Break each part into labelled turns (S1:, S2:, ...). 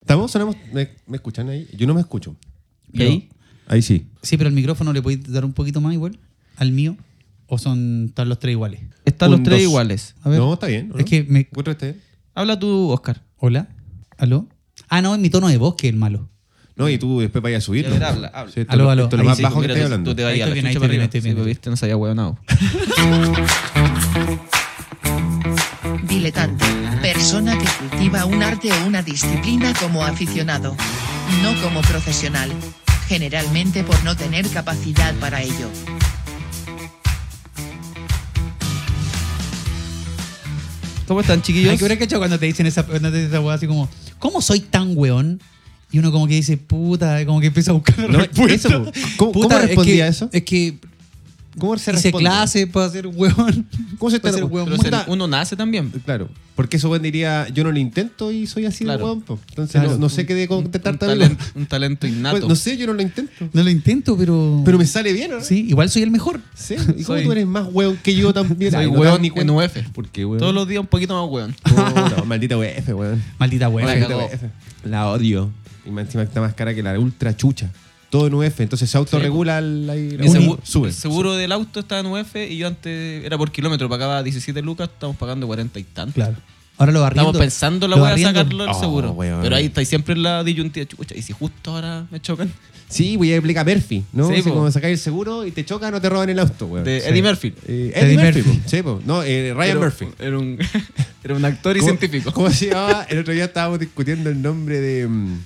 S1: ¿Estamos? ¿Sonamos? ¿Me, me escuchan ahí? Yo no me escucho.
S2: ¿Y ahí?
S1: Ahí sí.
S2: Sí, pero el micrófono le podéis dar un poquito más igual al mío. ¿O son están los tres iguales?
S3: Están los
S1: Un,
S3: tres
S1: dos.
S3: iguales.
S2: A ver.
S1: No, está bien. ¿o
S2: Es
S1: no?
S2: que me-
S1: ¿Encuentro que está bien?
S3: Habla tú, Oscar.
S2: ¿Hola? ¿Aló? Ah, no, es mi tono de voz que es el malo.
S1: No, y tú después vayas a subir.
S3: Ya, a ver, habla, habla.
S1: esto,
S2: Aló, aló.
S1: esto es
S2: Ahí
S1: lo más
S2: sí,
S1: bajo que
S3: Mira,
S1: estoy
S3: tú-
S1: hablando.
S3: Tú te vas a
S2: Ahí
S3: la
S2: estoy bien,
S3: chucha
S2: ahí
S3: para
S2: estoy bien,
S3: arriba.
S2: estoy
S3: Sí, pues,
S2: bien.
S3: viste, no sabía huevonao.
S4: Diletante. Persona que cultiva un arte o una disciplina como aficionado. No como profesional. Generalmente por no tener capacidad para ello.
S3: ¿Cómo están,
S2: Hay
S3: chiquillos?
S2: que ver que cuando te dicen esa, cuando te dicen esa hueá así como, ¿cómo soy tan weón? Y uno como que dice, puta, como que empieza a buscar la
S1: No,
S2: respuesta.
S1: eso, po. ¿Cómo- cómo
S2: es
S1: respondía
S2: que-
S1: eso?
S2: Es que
S1: ¿Cómo se
S2: hice
S1: responde?
S2: clase para ser un weón.
S1: ¿Cómo se
S2: Para
S1: está-
S2: ser weón?
S3: Pero
S1: ¿Cómo
S3: se-
S1: está?
S3: uno nace también.
S1: Claro, porque eso buen diría, yo no lo intento y soy así de
S3: Claro.
S1: huevón. po. Entonces
S2: Claro.
S1: no, no sé qué de contestar
S3: Un
S1: también.
S3: talento, un talento innato.
S1: Pues, no sé, yo no lo intento.
S2: No lo intento, pero...
S1: Pero me sale bien, ¿no?
S2: Sí, igual soy el mejor.
S1: Sí. ¿Y cómo
S2: Soy-
S1: tú eres más hueón que yo también?
S3: Soy
S1: Ay, no te
S3: hueón
S1: das ni
S3: en
S1: cuenta.
S3: UF.
S1: ¿Por qué hueón?
S3: Todos los días un poquito más hueón.
S1: Oh, no, maldita UF, hueón.
S2: Maldita weón.
S3: Hola,
S1: Maldita
S3: cagó.
S1: UF. La odio. Y más encima está más cara que la ultra chucha. Todo en UF, entonces se autorregula el ahí-
S3: Mi
S1: Uni-
S3: segu-
S1: sube.
S3: el seguro del auto estaba en UF y yo antes era por kilómetro, pagaba 17 lucas, estamos pagando 40 y tanto.
S2: Claro. Ahora lo arriendo.
S3: Estamos pensando la
S2: Lo
S3: weá de
S2: arriendo.
S3: sacarlo del
S1: Oh,
S3: seguro.
S1: weón.
S3: Pero ahí estáis siempre en la disyuntiva, chucha. Y si justo ahora me chocan.
S1: Sí, voy a aplicar Murphy, ¿no?
S3: Sí,
S1: Así
S3: po.
S1: como sacáis el seguro y te choca, no te roban el auto, weón.
S3: De
S1: Sí.
S3: Eddie Murphy.
S1: Eh,
S2: Eddie
S1: Eddie Murphy,
S2: Murphy.
S1: po. sí, po. No, eh, Ryan
S3: Era-
S1: Murphy.
S3: Era un, era un actor y
S1: ¿Cómo-
S3: científico.
S1: ¿Cómo se llamaba? El otro día estábamos discutiendo el nombre de. mm,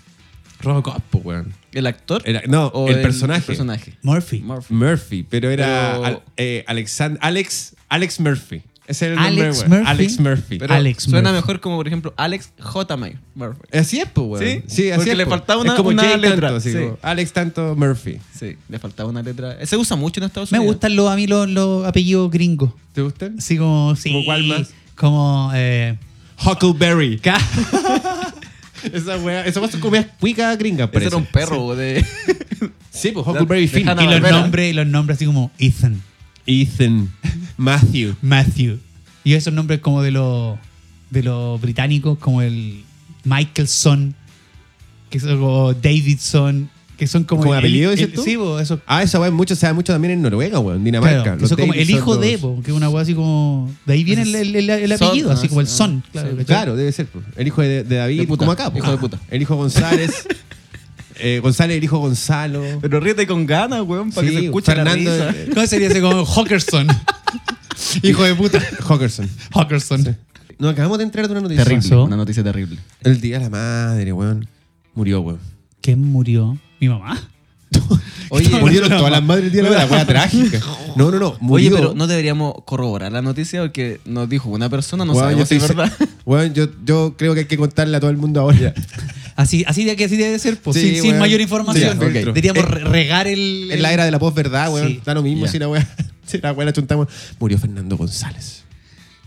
S1: Robocop, po, weón.
S3: ¿El actor?
S1: Era- no,
S3: ¿O
S1: el personaje.
S3: personaje.
S2: Murphy.
S3: Murphy.
S1: Murphy, pero era
S3: Pero-
S1: Al- eh, Alexan- Alex, Alex Murphy. Ese era el
S2: Alex
S1: nombre, weón.
S2: Murphy.
S1: Alex Murphy.
S3: Pero
S2: Alex
S3: suena
S2: Murphy.
S3: mejor como, por ejemplo, Alex J. Mayer. Murphy.
S1: así es, po, weón.
S3: ¿Sí?
S1: así
S3: Porque
S1: es,
S3: le
S1: po.
S3: faltaba
S1: Es
S3: una-
S1: como
S3: una
S1: Jay
S3: letra,
S1: Tanto, así
S3: sí.
S1: como Alex Tanto Murphy.
S3: Sí, le faltaba una letra. Se usa mucho en Estados
S2: Me
S3: Unidos.
S2: gustan los, a mí los, los apellidos gringos.
S1: ¿Te gustan?
S2: Así como... Sí,
S1: ¿Como cuál más?
S2: Como... Eh,
S1: Huckleberry. Esa weá, esa weá son comidas cuicas gringas,
S3: Ese
S1: parece.
S3: era un perro de.
S1: Sí, pues Huckleberry
S3: De-
S1: Finn.
S3: de Hanna
S2: y los
S3: Barbera.
S2: nombres, y los nombres así como Ethan,
S1: Ethan, Matthew.
S2: Matthew. Y esos nombres como de los de los británicos, como el Michaelson, que son como Davidson, que son como.
S1: ¿Como
S2: el-
S1: apellido,
S2: el-
S1: dices tú?
S2: Sí, bo, eso.
S1: Ah, esa weá es mucho, se da mucho también en Noruega, weón, en Dinamarca.
S2: Claro, que
S1: Los
S2: son como el
S1: Davidson,
S2: hijo de,
S1: los-
S2: bo, que es una hueá así como. De ahí viene el, el- el- el
S3: Son,
S2: apellido,
S3: ah,
S2: así como el
S3: ah,
S2: son.
S3: sí,
S2: Claro, ¿cachai?
S1: Claro, debe ser. po. El hijo de, de David,
S3: De puta,
S1: como acá. po.
S3: hijo de puta.
S1: El hijo González. eh, González, el hijo Gonzalo.
S3: Pero ríete con ganas, weón, para que
S1: Sí,
S3: se escuche
S1: Fernando,
S3: la risa.
S1: eh,
S2: ¿Cómo sería ese como Hawkerson?
S1: hijo de puta. Hawkerson.
S2: Hawkerson.
S1: Nos acabamos de entrar de una noticia.
S2: Terrible. pasó? una
S3: noticia terrible.
S1: El día de la madre, weón. Murió, weón.
S2: ¿Quién murió? ¿Mi mamá?
S3: Oye,
S1: Murieron todas las madres el día de la madre, weón, trágica. No, no, no.
S3: Oye,
S1: Murió.
S3: pero no deberíamos corroborar la noticia porque nos dijo una persona, no
S1: Weón, yo
S3: sabemos si es
S1: estoy-
S3: verdad.
S1: Weón, yo, yo creo que hay que contarle a todo el mundo ahora.
S2: Así, así, de, que así debe ser, po,
S1: Sí,
S2: sin, sin
S1: weón.
S2: mayor
S1: Sí,
S2: información.
S1: ya, ok.
S2: Deberíamos
S1: Eh,
S2: re- regar el.
S1: Es la era de la posverdad, weón.
S2: Sí.
S1: Da lo mismo
S3: Ya.
S1: si la weá. Si la weá la chuntamos. Murió Fernando González.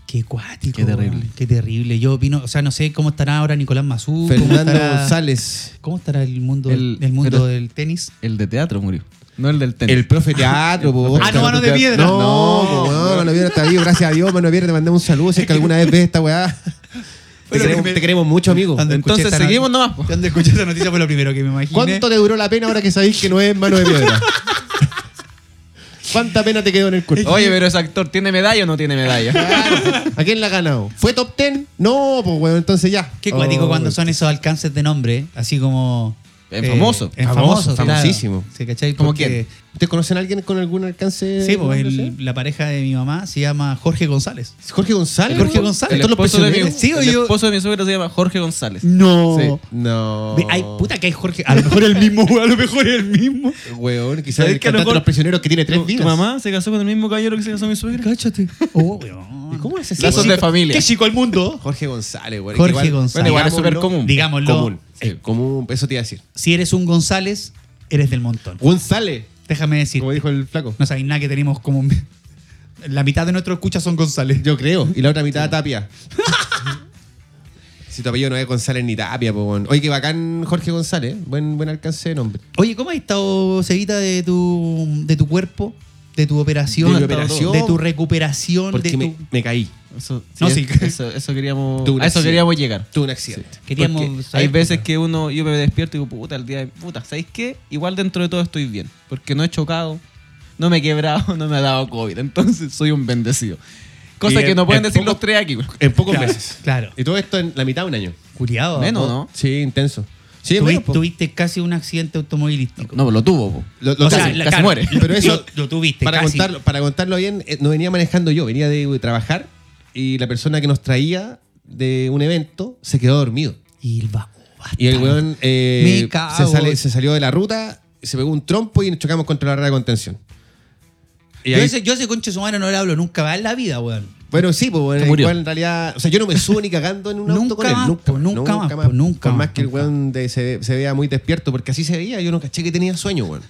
S2: Qué cuático.
S3: Qué terrible.
S2: weón, Qué terrible. Yo opino, o sea, no sé cómo estará ahora Nicolás Mazú.
S3: Uh,
S1: Fernando
S2: cómo estará,
S1: González.
S2: ¿Cómo estará el mundo, el,
S3: El-
S2: mundo
S3: pero-
S2: del tenis?
S3: El de teatro murió, no el del tenis.
S1: El profe teatro, po,
S2: Ah, no, mano de
S1: Teatro.
S2: piedra.
S1: No, po, weón, mano de piedra está vivo, gracias a Dios, mano de piedra. Te mandamos un saludo si es que alguna vez ves esta weá. Te
S2: Pero
S1: queremos,
S2: me-
S1: te queremos mucho, amigo.
S2: Cuando escuché
S3: Entonces,
S2: esa
S3: seguimos
S2: noticia-
S3: nomás, po.
S2: Cuando escuché esa noticia fue lo primero que me imaginé.
S1: ¿Cuánto te duró la pena ahora que sabéis que no es mano de piedra? ¿Cuánta pena te quedó en el cuerpo?
S3: Oye, pero ese actor, ¿tiene medalla o no tiene medalla?
S1: Claro. ¿A quién la ha ganado? ¿Fue top 10? No, pues weón, entonces ya.
S2: Qué cuático
S1: Oh,
S2: cuando son esos alcances de nombre, así como.
S3: En famoso.
S2: En famoso,
S1: Famoso,
S2: claro.
S1: famosísimo.
S2: ¿Sí, cachai?
S3: ¿Cómo
S2: Porque-
S1: ¿Ustedes conocen a alguien con algún alcance?
S2: Sí, pues
S1: Eh, no sé?
S2: el- la pareja de mi mamá se llama Jorge González.
S1: Jorge González.
S2: Jorge
S1: weón.
S2: González.
S3: El
S2: Todos los
S3: esposo, de mi,
S2: prisioneros. Sí,
S3: el
S2: yo-
S3: esposo de mi suegra se llama Jorge González.
S2: No.
S1: Sí. No.
S2: Ay, puta que hay Jorge. A lo mejor el mismo, a lo mejor el mismo.
S1: Weón, quizás
S3: ¿Sabes
S1: el
S3: que a
S1: cantante
S3: lo
S1: de
S3: mejor-
S1: los prisioneros que tiene tres
S3: Tu-
S1: vidas.
S3: Tu mamá se casó con el mismo caballero que se casó mi suegra.
S2: Cáchate. Oh, weón.
S1: ¿Y cómo es ese
S3: Lazos
S1: chico?
S3: de familia.
S2: Qué chico el mundo.
S1: Jorge González, güey.
S2: Jorge
S1: Que igual-
S2: González.
S3: Bueno, igual es
S1: digámoslo,
S3: súper común.
S2: Digámoslo. Eh,
S1: Común. Sí, común, eso te iba a decir.
S2: Si eres un González, eres del montón.
S1: González,
S2: Déjame decir.
S1: como dijo el flaco.
S2: No sabéis nada que tenemos como. La mitad de nuestros escuchas son González.
S1: Yo creo. Y la otra mitad Tapia. si tu apellido no es González ni Tapia, pues bueno. Oye, qué bacán Jorge ¿eh? González. Buen, buen alcance de nombre.
S2: Oye, ¿cómo has estado, Cevita, de tu, de tu cuerpo? de tu operación,
S1: De mi operación.
S2: de tu recuperación,
S1: Porque
S2: de tu...
S1: me, me caí.
S3: Eso,
S2: No,
S3: es-
S2: sí.
S3: Eso, eso queríamos,
S1: Tuve un
S3: a eso
S1: accidente.
S3: queríamos llegar.
S1: Tuve un accidente.
S2: Queríamos
S3: Porque
S2: saber
S3: hay veces
S2: primero.
S3: que uno, yo me despierto y digo, puta, el día de puta, ¿sabéis qué? Igual dentro de todo estoy bien, porque no he chocado, no me he quebrado, no me ha dado COVID, entonces soy un bendecido. Cosa
S1: Y
S3: que
S1: en-
S3: no pueden
S1: en
S3: decir
S1: poco-
S3: los tres aquí.
S1: En pocos
S2: Claro,
S1: meses.
S2: claro.
S1: Y todo esto en la mitad de un año.
S2: Curiado.
S3: Menos, ¿no?
S1: Sí, intenso. Sí,
S2: Tuvi-
S1: bueno, po.
S2: tuviste casi un accidente automovilístico.
S3: No, lo tuvo, po.
S1: Lo- lo
S2: O sea,
S1: casi-
S2: la-
S3: casi
S2: claro,
S3: muere.
S1: Pero eso-
S2: lo, lo tuviste
S1: para,
S2: casi.
S1: contarlo, para contarlo bien, eh, no venía manejando yo, venía de, de trabajar y la persona que nos traía de un evento se quedó dormido.
S2: Y el vago
S1: Y el
S2: bastardo.
S1: weón eh,
S2: Me cago.
S1: se, sale- se salió de la ruta, se pegó un trompo y nos chocamos contra la barrera de contención. Y
S2: Yo
S1: ahí-
S2: ese, yo ese conche su mano no le hablo nunca más en la vida, weón.
S1: bueno, sí, pues bueno,
S3: Se murió.
S1: igual en realidad. O sea, yo no me subo ni cagando en un
S2: Nunca
S1: auto con él.
S2: más, pues, nunca más, pues, nunca
S1: Por
S2: más,
S1: más que
S2: nunca.
S1: el weón de- se, se vea muy despierto, porque así se veía, yo no caché que tenía sueño, weón.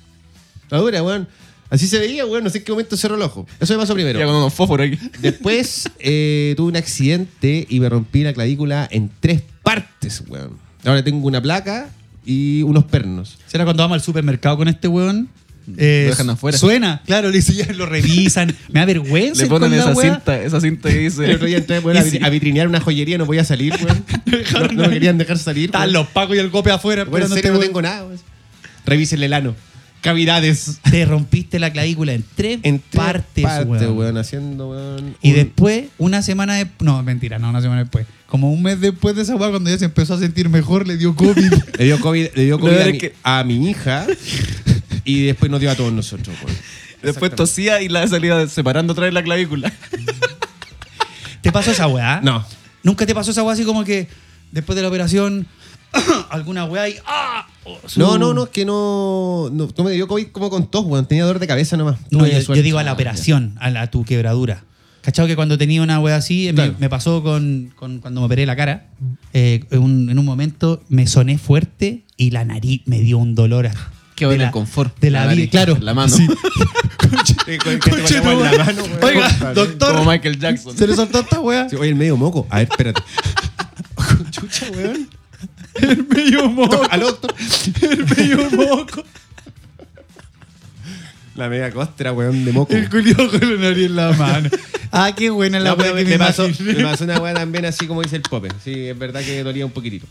S1: La dura, weón. Así se veía, weón, no sé en qué momento cerró el ojo. Eso me pasó primero.
S3: Ya con unos fósforos aquí.
S1: Después eh, tuve un accidente y me rompí la clavícula en tres partes, weón. Ahora tengo una placa y unos pernos.
S2: ¿Será cuando vamos al supermercado con este weón? Eh,
S3: Lo dejan afuera.
S2: Suena, claro, le dicen, ya lo revisan. Me da vergüenza.
S3: Le
S2: ir
S3: ponen
S2: con la
S3: esa
S2: wea.
S3: cinta, esa cinta que
S1: El
S3: dice.
S1: otro día entré weón, a, vitri- a vitrinear una joyería, no podía salir, weón. No, no me querían dejar salir.
S2: Están
S1: weón.
S2: los pacos y el gope afuera.
S1: Bueno, en
S2: esperando
S1: serio
S2: este
S1: no
S2: weón.
S1: tengo nada, weón. Revisen el ano. Cavidades.
S2: Te rompiste la clavícula en tres,
S1: En tres
S2: partes,
S1: weón.
S2: weón.
S1: Haciendo, weón.
S2: Y
S1: un-
S2: después, una semana después. No, mentira, no, una semana después. Como un mes después de esa weá, cuando ya se empezó a sentir mejor, le dio COVID.
S1: Le dio COVID, le dio
S3: Lo
S1: COVID a,
S3: peor es
S1: mi,
S3: que-
S1: a mi hija y después nos dio a todos nosotros, weón.
S3: Después tosía y la salía separando otra vez la clavícula.
S2: ¿Te pasó esa weá?
S1: No.
S2: ¿Nunca te pasó esa weá así como que después de la operación, alguna weá y. ¡Ah! Su-
S1: No, no, no, es que no, no. no me dio COVID como con tos, weón. Tenía dolor de cabeza nomás.
S2: No,
S1: Tuve
S2: yo,
S1: suerte. Ah,
S2: yo digo a la operación, a, la- a tu quebradura. ¿Cachado que cuando tenía una wea así, me-
S1: Claro.
S2: me, pasó con, con cuando me operé la cara? eh, en, un, en un momento me soné fuerte y la nariz me dio un dolor. a-
S3: Qué
S2: de
S3: bueno
S2: la-
S3: el confort.
S2: De la,
S3: La
S2: vida,
S3: nariz,
S2: claro.
S3: la mano.
S2: Sí.
S1: Sí, con- que te guardaba en la mano, weón.
S2: Oiga,
S3: Como
S2: doctor,
S3: Michael Jackson.
S2: se le soltó esta wea.
S1: Sí, oye, el medio moco. A ver, espérate. Chucha, weón.
S2: El medio moco.
S1: Al otro.
S2: El medio moco.
S1: La media costra, weón, de moco.
S2: El culiao con la nariz en la mano. Ah, qué buena la
S1: No,
S2: wea
S1: pero
S2: que
S1: me,
S2: me
S1: pasó,
S2: imaginé.
S3: pues,
S1: me pasó una weá también así como dice el Pope. Sí, es verdad que dolía un poquitito.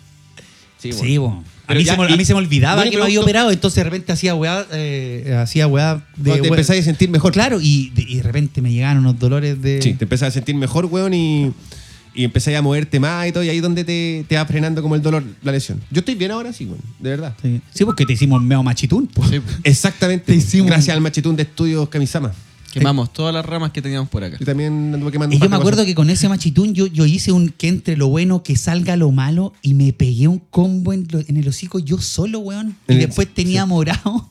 S1: Sí, bueno.
S2: Sí, bo. A
S1: Pero
S2: mí,
S1: ya-
S2: se me, a mí
S1: y-
S2: se me olvidaba
S1: bueno,
S2: que
S1: pero
S2: me había
S1: to-
S2: operado, entonces de repente hacía weá, eh, hacía weá de.
S1: Cuando te
S2: weá-
S1: empezás a sentir mejor.
S2: Claro, y de, y de repente me llegaban unos dolores de.
S1: Sí, te empezás a sentir mejor, weón, y, y empezás a moverte más y todo, y ahí es donde te, te va frenando como el dolor, la lesión. Yo estoy bien ahora, sí, weón, de verdad.
S2: Sí. Sí, porque te hicimos meo machitún. po.
S3: Sí, po.
S1: Exactamente.
S2: Te hicimos-
S1: Gracias al machetún de estudios Kamisama.
S3: Quemamos todas las ramas que teníamos por acá.
S1: Yo también anduve quemando
S2: Y
S1: un
S2: yo
S1: par
S2: me
S1: de
S2: acuerdo
S1: cosas.
S2: que con ese machitún yo, yo hice un que entre lo bueno, que salga lo malo, y me pegué un combo en, lo- en el hocico yo solo, weón. Y
S1: En el-
S2: después tenía morado.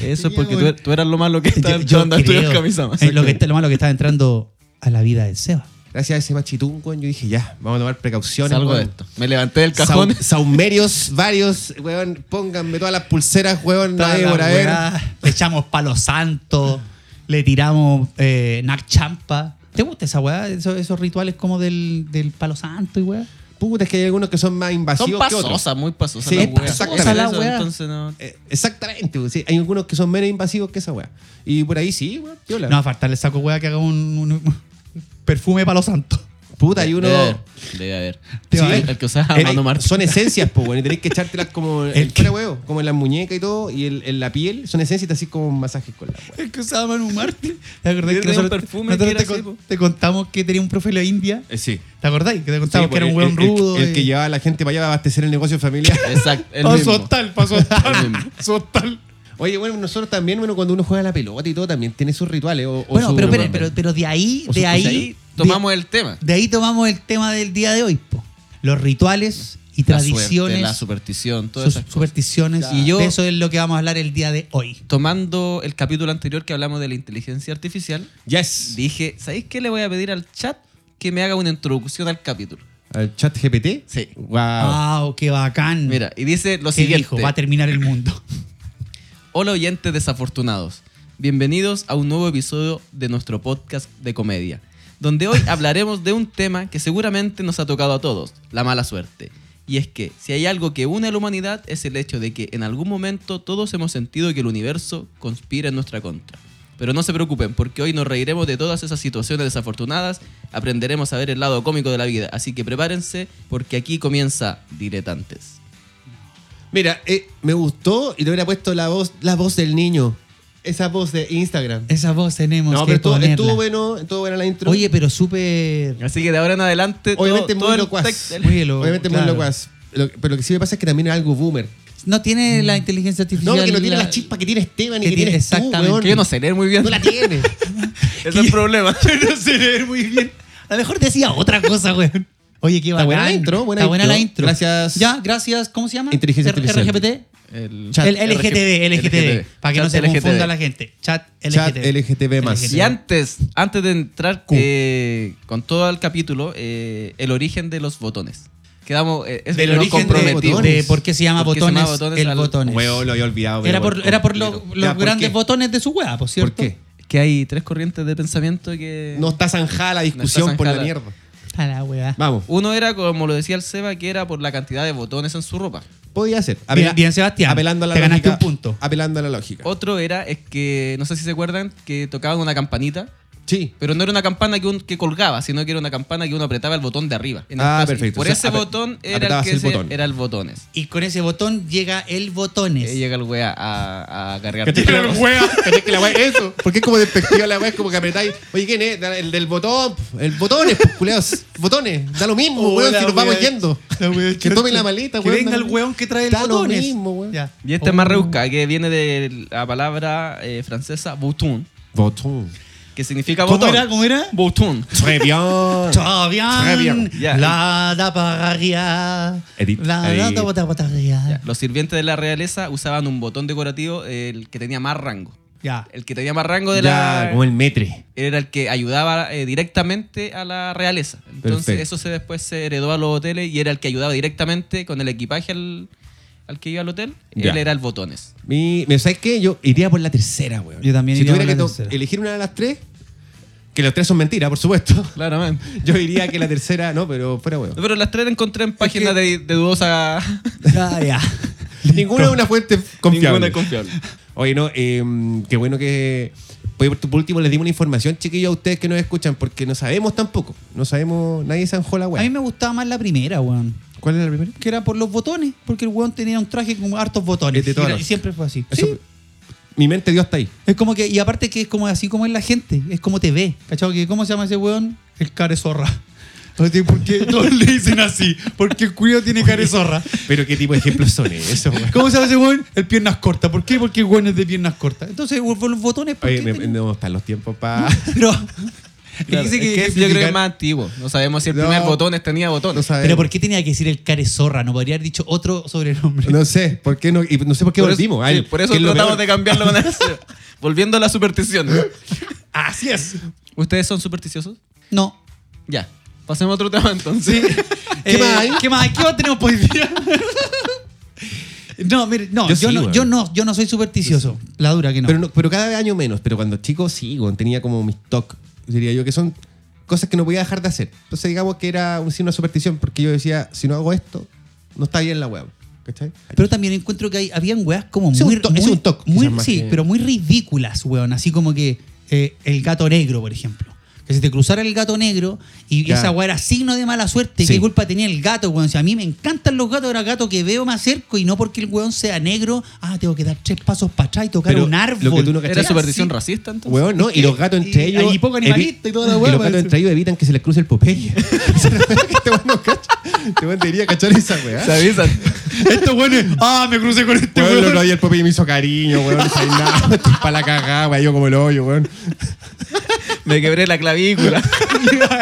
S3: Eso es
S1: Tenía
S3: porque tú,
S1: buen-
S3: er- tú eras lo malo que estaba
S2: Yo,
S3: entrando a
S2: creo-
S3: estudiar camisama.
S2: es lo, que está, lo malo que estaba entrando a la vida del Seba.
S1: Gracias a ese machetún, weón, yo dije, ya, vamos a tomar precauciones.
S3: Salgo
S1: weón.
S3: de esto. Me levanté del
S1: Sau-
S3: cajón.
S1: saumerios, varios, weón, pónganme todas las pulseras, weón, nadie
S2: Toda la
S1: por haber.
S2: weá, Le echamos palo santo, le tiramos eh, nac champa. ¿Te gusta esa weá? Esos, esos rituales como del, del palo santo y weá.
S1: Puta, es que hay algunos que son más
S3: Son
S1: invasivos que otros.
S3: pasosas, muy pasosas.
S1: Sí,
S3: las
S1: es
S3: weas.
S1: pasosa
S3: Eso,
S2: la wea.
S3: Entonces no.
S1: Eh, Exactamente, weón, sí, hay algunos que son menos invasivos que esa weá. Y por ahí sí, weón, piola.
S2: No va a faltarle saco weá que haga un, un- perfume palo santo.
S1: Puta, hay uno.
S3: Debe haber. Debe haber.
S2: Te
S3: Sí,
S2: va a ver.
S3: el que usaba
S1: Eh,
S3: Mano Martín.
S1: son esencias, pues, bueno, y tenéis que echártelas como en
S2: El
S1: fuera
S2: que-
S1: huevo, como en las muñecas y todo, y el- en la piel, son esencias y te así como un masaje con la wea.
S2: Es que usaba Manu Martín. ¿Te acordás
S3: Yo
S2: que
S3: tenía un
S2: nosotros,
S3: perfume
S2: nosotros
S3: que era
S2: te,
S3: así,
S2: con-
S3: po.
S2: te contamos que tenía un profe de la India?
S1: Eh, Sí.
S2: ¿Te acordás? Que te contamos que era un
S1: el,
S2: weón
S1: el-
S2: rudo.
S1: El,
S2: eh.
S1: que llevaba a la gente para allá a abastecer el negocio familiar.
S3: Exacto. El
S2: Pa'
S3: mismo.
S2: Sostal, pa' Sostal,
S3: El mismo.
S2: Sostal.
S1: Oye, bueno, nosotros también, bueno, cuando uno juega a la pelota y todo, también tiene sus rituales. O, o
S2: Bueno,
S1: su-
S2: pero, esperen, pero, pero de ahí,
S1: O su-
S2: de
S1: o
S2: ahí,
S1: sea,
S3: Ahí tomamos el tema.
S2: De ahí tomamos el tema del día de hoy, po. los rituales y
S3: La
S2: tradiciones,
S3: suerte, la superstición, todas
S2: sus
S3: esas cosas.
S2: supersticiones. Y
S3: Y
S2: yo,
S3: yo-
S2: eso es lo que vamos a hablar el día de hoy.
S3: Tomando el capítulo anterior que hablamos de la inteligencia artificial,
S1: Yes.
S3: dije, ¿sabéis qué le voy a pedir al chat? Que me haga una introducción al capítulo.
S1: ¿Al chat GPT?
S3: Sí.
S1: Wow.
S2: ¡Wow! ¡Qué bacán!
S3: Ah. Mira, y dice
S2: Mm.
S3: lo
S2: ¿Qué
S3: siguiente.
S2: dijo? Va a terminar el mundo.
S3: Hola oyentes desafortunados, bienvenidos a un nuevo episodio de nuestro podcast de comedia, donde hoy hablaremos de un tema que seguramente nos ha tocado a todos, la mala suerte. Y es que si hay algo que une a la humanidad es el hecho de que en algún momento todos hemos sentido que el universo conspira en nuestra contra. Pero no se preocupen, porque hoy nos reiremos de todas esas situaciones desafortunadas, aprenderemos a ver el lado cómico de la vida. Así que prepárense, porque aquí comienza Diletantes.
S1: Mira, eh, me gustó y le hubiera puesto la voz, la voz del niño. Esa voz de Instagram.
S2: Esa voz tenemos
S1: No,
S2: que
S1: pero estuvo,
S2: ponerla.
S1: estuvo bueno, estuvo buena la intro.
S2: Oye, pero súper...
S3: Así que de ahora en adelante. todo-
S1: Obviamente muy
S3: todo el
S1: locuaz.
S3: text- el-
S2: Oye, lo-
S1: Obviamente muy
S2: claro.
S1: locuaz. Lo- pero lo que sí me pasa es que también es algo boomer.
S2: Mm. No tiene la inteligencia
S1: No,
S2: artificial.
S1: porque no tiene la,
S2: la-
S1: chispa que tiene Esteban y
S2: que
S1: que tiene
S2: tiene- exactamente.
S3: que yo no sé leer muy bien.
S1: No la tiene.
S3: Ese es el problema.
S2: no sé leer muy bien. A lo mejor decía otra cosa, güey. Oye, qué
S1: Está
S2: bacán.
S1: buena la intro, buena
S2: Está buena
S1: intro.
S2: la intro.
S1: Gracias.
S2: Ya, gracias. ¿Cómo se llama?
S1: Inteligencia
S2: R-
S1: artificial.
S2: RGPT.
S3: El
S1: Chat
S2: el LGTB, LGTB, Para que no
S3: Chat
S2: se
S3: LGTB.
S2: confunda la gente. Chat LGTB.
S1: Chat LGTB+.
S3: Y antes, antes de entrar eh, con todo el capítulo, eh, el origen de los botones. Quedamos, eh, es
S1: Del
S3: lo
S1: origen de
S3: comprometimos.
S1: botones.
S2: De por qué se llama
S3: ¿Por qué se
S2: botones,
S3: llama botones
S2: el
S3: al-
S2: botones.
S1: Huevo, lo había olvidado.
S2: Era
S1: pero
S2: por, era por los,
S1: completo.
S2: los
S1: Ya, ¿por
S2: grandes
S1: qué?
S2: botones de su hueá, por cierto.
S1: ¿Por qué?
S3: Que hay tres corrientes de pensamiento que...
S1: No está zanjada la discusión por la
S3: zanjada.
S1: mierda.
S2: A la hueá.
S1: Vamos,
S3: Uno era, como lo decía el Seba, que era por la cantidad de botones en su ropa.
S1: podía ser.
S2: Bien- bien, Sebastián.
S1: Apelando a la
S2: Te ganaste
S1: lógica,
S2: un punto.
S1: Apelando a la lógica.
S3: Otro era, es que, no sé si se acuerdan, que tocaban una campanita,
S1: Sí.
S3: pero no era una campana que, un- que colgaba, sino que era una campana que uno apretaba el botón de arriba. En el
S1: Ah,
S3: caso- y
S1: perfecto. O
S3: Por
S1: sea,
S3: ese
S1: apre-
S3: botón era el
S1: apretabas
S3: que
S1: el
S3: se-
S1: botón.
S3: era el botones.
S2: Y con ese botón llega el botones.
S3: Eh, Llega el wea a, a cargar.
S1: ¿Cachai que la wea? ¿Cachai que la wea es eso? Porque es como despectiva la wea, es como que apretáis. Oye, ¿quién es? El del botón. El botones, pues, culeados. Botones. Da lo mismo,
S2: Oh,
S1: weón, si nos vamos yendo. Que tome la maleta,
S2: Que
S1: weón.
S2: venga
S1: da
S2: el
S1: lo-
S2: weón que trae el
S1: Da lo
S2: botones.
S1: mismo, weón.
S2: Ya.
S3: Y esta es más
S2: Oh.
S3: rebuscada, que viene de la palabra eh, francesa bouton,
S1: Botón.
S3: que significa
S2: ¿Cómo
S3: botón.
S2: era? ¿Cómo era?
S3: Bouton.
S1: Très bien.
S2: Très
S1: Très bien.
S2: bien.
S3: Ya.
S2: La da para arriba.
S1: Edit,
S2: La
S1: edit.
S2: da da bota bota
S3: Ya,
S2: arriba.
S3: Los sirvientes de la realeza usaban un botón decorativo, eh, el que tenía más rango.
S2: Ya.
S3: El que tenía más rango de
S1: Ya,
S3: la...
S1: como el metre.
S3: Era el que ayudaba eh, directamente a la realeza. Entonces
S1: Perfecto.
S3: eso se después se heredó a los hoteles y era el que ayudaba directamente con el equipaje al, al que iba al hotel.
S1: Ya.
S3: Él era el botones.
S1: Mi, ¿me ¿Sabes qué? Yo iría por la tercera, weón.
S2: Yo también
S1: si
S2: iría por
S1: tuviera
S2: la
S1: que to-
S2: tercera.
S1: elegir una de las tres, que las tres son mentiras, por supuesto.
S3: Claramente.
S1: Yo diría que la tercera, no, pero fuera, weón.
S3: Pero las tres las encontré en páginas de, de dudosa...
S2: Ya, ya.
S1: Ninguna es una fuente confiable.
S3: Ninguna es confiable.
S1: Oye, no, eh, qué bueno que. Oye, por, por último, les dimos una información, chiquillos, a ustedes que nos escuchan, porque no sabemos tampoco. No sabemos, nadie zanjó la
S2: A mí
S1: weón.
S2: me gustaba más la primera, weón.
S1: ¿Cuál es la primera?
S2: Que era por los botones, porque el weón tenía un traje con hartos botones.
S1: Es de todas
S2: Y era-
S1: las-
S2: y siempre fue así.
S1: Eso-
S2: Sí.
S1: Mi mente dio hasta ahí.
S2: Es como que, y aparte que es como así como es la gente, es como te ve. ¿Cachado? Que ¿Cómo se llama ese weón? El carezorra. Porque todos le dicen así, porque el cuido tiene carezorra.
S1: Pero qué tipo de ejemplos son esos, weón.
S2: ¿Cómo se llama ese weón? El piernas cortas. ¿Por qué? Porque el weón es de piernas cortas. Entonces, por los botones, ¿por
S1: Oye,
S2: qué
S1: me-
S2: tenía-
S1: no están los tiempos para.
S2: Pero,
S1: Claro,
S2: dice
S1: es
S2: que-
S1: que
S3: yo creo que
S1: significar-
S3: es más antiguo. No sabemos si el
S1: No.
S3: primer botones tenía botones.
S1: No sabemos.
S2: pero ¿por qué tenía que decir el carezorra? No podría haber dicho otro sobrenombre.
S1: No sé, ¿por qué no? Y no sé por qué
S3: Por eso-
S1: volvimos.
S3: sí,
S1: Ay,
S3: por eso
S1: que es lo
S3: tratamos
S1: peor.
S3: de cambiarlo. con eso. Volviendo a la superstición.
S1: Así es.
S3: ¿Ustedes son supersticiosos?
S2: No. Eh,
S3: Ya. Pasemos a otro tema entonces.
S1: ¿Qué más hay?
S2: ¿Qué más hay? ¿Qué más tenemos por hoy día? No, mire, no,
S1: Yo
S2: yo,
S1: sí,
S2: no,
S1: weón.
S2: yo no, yo no soy supersticioso. La dura que no.
S1: Pero, no- pero cada año menos. Pero cuando chico, sí, weón, tenía como mis TOC. Diría yo que son cosas que no podía dejar de hacer. Entonces, digamos que era un signo de superstición, porque yo decía, si no hago esto, no está bien la web. ¿Cachai?
S2: Pero también encuentro que hay, habían weas como
S1: Es un
S2: muy.
S1: to-
S2: muy-
S1: es un toc,
S2: muy-
S1: quizás más
S2: sí,
S1: que-
S2: pero muy ridículas, weón. Así como que eh, el gato negro, por ejemplo. Que si te cruzara el gato negro y
S1: Ya.
S2: esa wea era signo de mala suerte,
S1: Sí.
S2: ¿qué culpa tenía el gato, weón? Si a mí me encantan los gatos, era gato que veo más cerco y no porque el weón sea negro, ah, tengo que dar tres pasos para atrás y tocar
S1: Pero
S2: un árbol.
S1: lo que tú no cachai-
S3: ¿Era
S1: Era
S3: superstición racista entonces?
S1: Weón, ¿no? Y los gatos
S2: Y
S1: entre ellos.
S2: hay poco
S1: evi-
S2: animalista y toda la
S1: y
S2: wea,
S1: los gatos
S2: parece.
S1: entre ellos evitan que se les cruce el Popeye. este weón no cacha. Este weón debería cachar esa weá. Este
S3: Se avisan.
S2: Estos weones, ah, me crucé con este
S1: Weón, el
S2: weón.
S1: otro día el Popeye me hizo cariño, weón. No sabía nada. Estoy para la cagada, weón. Yo como el hoyo, weón.
S3: Me quebré la clavícula.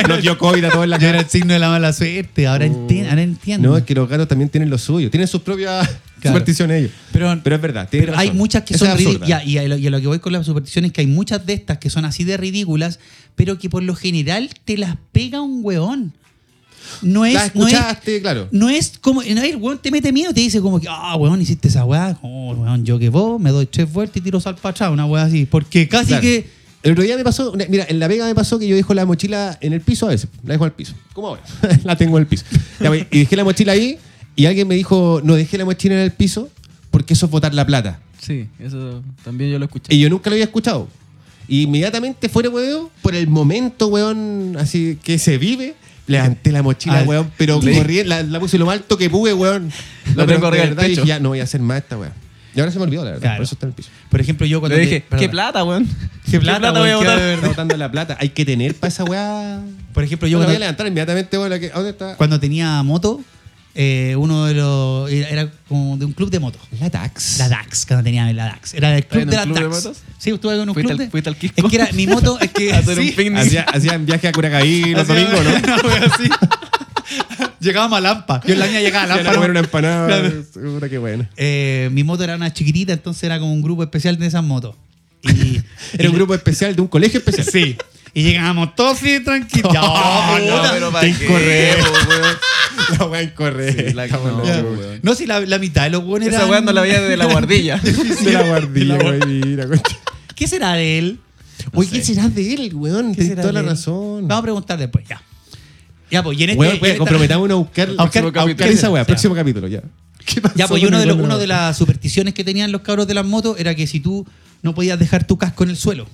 S1: Nos dio COVID a todos en la
S2: Yo
S1: cara.
S2: era el signo de la mala suerte, ahora, enti- ahora entiendo.
S1: Oh. No, es que los gatos también tienen lo suyo. Tienen sus propias
S2: Claro.
S1: supersticiones ellos.
S2: Pero-
S1: es verdad. tienen
S2: Pero hay
S1: razón.
S2: muchas que
S1: Esa
S2: son
S1: es absurda.
S2: ridículas. Ya, Y, a lo, y a lo que voy con las supersticiones, que hay muchas de estas que son así de ridículas, pero que por lo general te las pega un weón. No es,
S1: La
S2: no es,
S1: escuchaste, claro.
S2: no es como. No, el weón te mete miedo, te dice como que, ah, weón, hiciste esa weá. Oh, weón, yo que vos, me doy tres vueltas y tiro sal para atrás", una weá así. Porque casi
S1: Claro.
S2: que.
S1: El otro día me pasó, una- mira, en La Vega me pasó que yo dejo la mochila en el piso a veces. La dejo al piso. ¿Cómo ahora? la tengo en el piso. Ya, güey, y dejé la mochila ahí y alguien me dijo, no dejé la mochila en el piso porque eso es botar la plata.
S3: Sí, eso también yo lo escuché.
S1: Y yo nunca lo había escuchado. Y inmediatamente fuera, weón, por el momento, weón, así que se vive, levanté la mochila,
S2: Ah,
S1: weón, pero corrí, la, la puse lo más alto que pude, weón.
S3: La
S1: pero
S3: tengo arriba
S1: de
S3: del
S1: verdad
S3: pecho.
S1: dije, ya no voy a hacer más esta, weón. Y ahora se me olvidó, la verdad,
S2: Claro.
S1: por eso está en el piso.
S2: Por ejemplo, yo
S3: Le
S2: cuando.
S3: dije,
S2: perdón.
S3: qué plata, weón.
S2: Qué plata,
S3: voy a
S2: weón, qué
S3: botar.
S2: de verdad.
S1: Está botando la plata, hay que tener para esa weá.
S2: Por ejemplo,
S1: Yo
S2: yo
S1: la voy a
S2: cuando,
S1: levantar inmediatamente, weón, la que- ¿a ¿dónde está?
S2: cuando tenía moto, eh, uno de los. Era, era como de un club de motos.
S1: La tax.
S2: La DAX, cuando tenía la DAX. Era del club
S3: en
S2: de
S3: un
S2: la
S3: club de
S2: DAX.
S3: motos?
S2: sí, estuve en un
S3: Fuiste
S2: club
S3: al-
S2: de...
S3: fuiste al Quisco.
S2: Es que era mi moto, es que...
S3: Hacer un
S2: sí,
S3: picnic.
S1: Hacía- hacían viaje a Curacaví los
S2: hacía-
S1: domingos, ¿no?
S2: una wea así. Llegábamos a Lampa. Yo en la mía llegaba a
S1: Iban
S2: Lampa.
S1: a
S2: ¿no?
S1: comer una empanada.
S2: Claro.
S1: Puta, qué bueno.
S2: Eh, mi moto era una chiquitita, entonces era como un grupo especial de esas motos. Y,
S1: Era un grupo especial de un colegio especial.
S2: Sí. Y llegábamos todos así tranquilos. Oh,
S3: No,
S2: puta.
S3: pero para qué, po, weón.
S1: La weá incorrecta.
S3: Sí, la- no,
S2: Ya. No, si la, la mitad de los buenos
S3: Esa weón no la veía desde la guardilla.
S1: De la guardilla, güey. Mira, concha.
S2: ¿Qué será de él?
S1: Oye, ¿qué será de él, weón?
S2: ¿Qué
S1: Tienes
S2: será
S1: toda la
S2: de él?
S1: razón.
S2: Vamos a preguntar después, ya. Ya, pues, y en este...
S1: Weón,
S2: en
S1: weón,
S2: esta-
S1: comprometámonos a buscar,
S2: A buscar-
S1: a buscar
S3: a buscar
S1: esa weá.
S2: esa.
S1: Próximo capítulo, ya. ¿Qué pasó
S2: Ya, pues y
S1: con el
S2: uno de, los-
S1: weón
S2: uno
S1: la
S2: de
S1: moto?
S2: las supersticiones que tenían los cabros de las motos era que si tú no podías dejar tu casco en el suelo.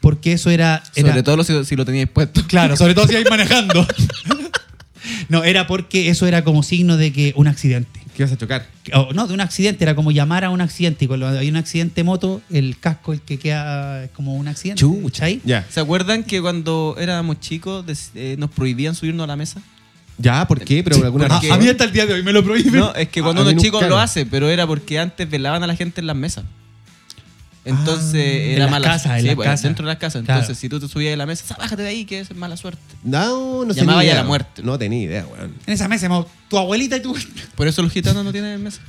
S2: Porque eso era. era-
S3: Sobre todo si, si lo teníais puesto.
S2: Claro, sobre todo si ibas manejando. no, era porque eso era como signo de que un accidente.
S1: ¿Qué vas a chocar?
S2: O, no, de un accidente, era como llamar a un accidente. Y cuando hay un accidente de moto, el casco el que queda es como un accidente. ¿cachai?
S1: Ya.
S3: ¿Se acuerdan que cuando éramos chicos des- eh, nos prohibían subirnos a la mesa?
S1: Ya, ¿por qué? Pero por alguna
S2: Ah, A,
S1: razón.
S2: a mí hasta el día de hoy me lo prohíben.
S3: No, es que
S1: A-
S3: cuando
S1: a mí
S3: uno es
S1: nunca,
S3: chico lo
S1: no.
S3: hace, pero era porque antes velaban a la gente en las mesas. Entonces
S2: Ah, en
S3: era
S2: las
S3: mala
S2: casas, en las
S3: pues,
S2: casas.
S3: Dentro de las casas.
S2: Claro.
S3: Entonces, si tú te subías de la mesa, "Sa, bájate de ahí, que eso es mala suerte.
S1: No, no sé.
S3: Llamaba
S1: ni
S3: ya
S1: idea.
S3: la muerte.
S1: No tenía idea, weón.
S2: En esa mesa, mo- tu abuelita y tu.
S3: Por eso los gitanos no tienen mesa.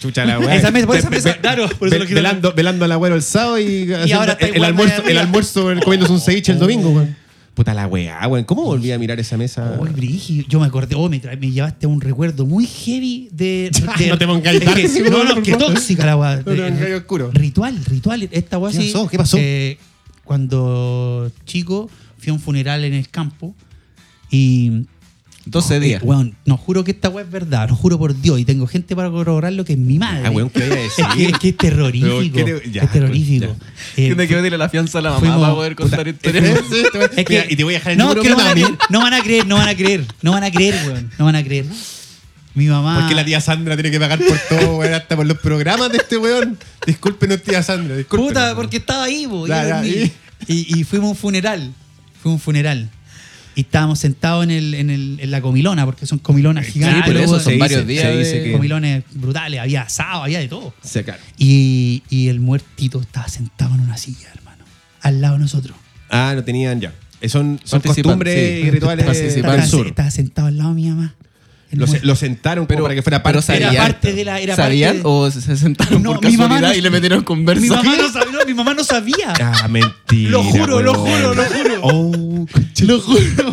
S1: Chucha la weá.
S2: Esa mesa- por esa
S1: Ve-
S2: mesa,
S1: ve-
S2: claro, por eso
S1: ve-
S2: lo quiero-
S1: velando, velando al abuelo el sábado y, haciendo
S2: ahora estáis
S1: el, el
S2: guardando
S1: almuerzo,
S2: ahí
S1: el
S2: arriba.
S1: almuerzo weón, comiéndose un ceviche
S2: Oh.
S1: el domingo, weón. Puta la weá, weón. ¿Cómo volví a mirar esa mesa?
S2: Uy, Brigi, yo me acordé, oh, me, tra- me llevaste a un recuerdo muy heavy de. de-
S1: No te pongas
S2: Es que-
S1: tóxico,
S2: No,
S1: por
S2: no, es que
S1: favor.
S2: tóxica la weá. eh,
S1: No te pongas oscuro.
S2: Ritual, ritual. Esta weá
S1: ¿Qué
S2: sí.
S1: pasó? ¿Qué pasó?
S2: eh, cuando chico fui a un funeral en el campo y.
S3: 12 días.
S2: Eh, weón, no juro que esta weá es verdad, no juro por Dios. Y tengo gente para corroborarlo que es mi madre.
S1: Ah, weón, ¿qué voy a
S2: es, que,
S1: decir?
S2: es que es terrorífico.
S1: Pero, ¿qué te- ya,
S2: es terrorífico. Eh,
S3: Tiene que pedirle la fianza a la mamá
S2: fuimos-
S3: para poder contar historias.
S1: Sí, te voy-
S2: Es que-
S1: Mira, y te voy a dejar el
S2: no,
S1: número
S2: que no, van a
S1: también.
S2: creer, no van a creer, no van a creer, no van a creer, weón, no van a creer. Mi mamá.
S1: Porque la tía Sandra tiene que pagar por todo, weón, hasta por los programas de este weón. Discúlpenos, tía Sandra, discúlpenos.
S2: Puta, porque estaba ahí, bo,
S1: Ya,
S2: yo
S1: ya,
S2: dormí.
S1: y-
S2: y... y fuimos a un funeral. Fue un funeral. Y estábamos sentados en, el, en, el- en la comilona, porque son comilonas gigantes.
S3: por eso
S2: weón.
S3: son
S1: se
S3: varios
S1: dice,
S3: días.
S1: se dice
S3: de-
S1: que-
S2: Comilones brutales, había asado, había de todo.
S1: Se acaba.
S2: Y, y el muertito estaba sentado en una silla, hermano, al lado de nosotros.
S1: Ah, no tenían ya. Eh, Son, son
S3: Participan,
S1: costumbres
S3: sí.
S1: y rituales
S3: Participan.
S1: del
S2: Estaba,
S1: sur.
S2: estaba sentado al lado de mi mamá. El
S1: Lo, se-
S2: muerto.
S1: lo sentaron como
S3: Pero-
S1: para que fuera
S3: pero
S1: parte de
S3: sabían-
S2: Era
S1: la-
S2: parte de la. Ah, Era parte
S3: ¿Sabían
S2: de-
S3: o se se sentaron
S2: No,
S3: por
S2: mi mamá
S3: casualidad
S2: no-
S3: y le metieron conversa?
S2: Mi mamá no sabía, no, mi mamá no sabía.
S1: Ah, mentira.
S2: Lo juro, lo
S1: weón.
S2: juro, lo juro.
S1: Oh,
S2: Lo juro.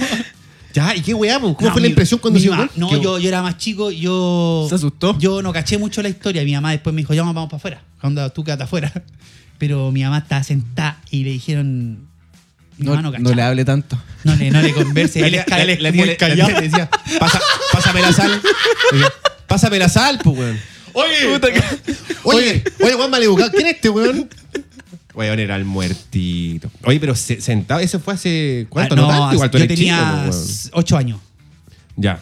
S1: ya, ¿y qué weá? po? ¿Cómo
S2: No,
S1: fue la
S2: mi-
S1: impresión cuando
S2: mi
S1: se
S2: ma-
S1: fue?
S2: No,
S1: ¿Qué-
S2: yo, yo era más chico, yo.
S3: ¿Se asustó?
S2: Yo no caché mucho la historia. Mi mamá después me dijo, ya vamos para afuera. Onda, tú quédate afuera. Pero mi mamá estaba sentada y le dijeron. Mi
S3: No,
S2: mamá no
S3: no
S2: cachaba.
S3: le hable tanto.
S2: No le, no le converse.
S1: La
S2: él
S1: tía-
S2: es ca- él
S1: la-
S2: es
S1: la tía-
S2: muy
S1: la tía
S2: callado.
S1: le decía, "Pasa- pásame la sal. Le decía, Pásame la sal, pues, weón.
S3: Puta que-
S1: Oye, oye, Juan maleducado, ¿quién es este weón? Weón era el muertito. Oye, pero se- sentado, eso fue hace cuánto,
S2: Ah,
S1: no, tanto, igual tú
S2: yo
S1: eres chico,
S2: tenía
S1: po, weón.
S2: 8 años.
S1: Ya,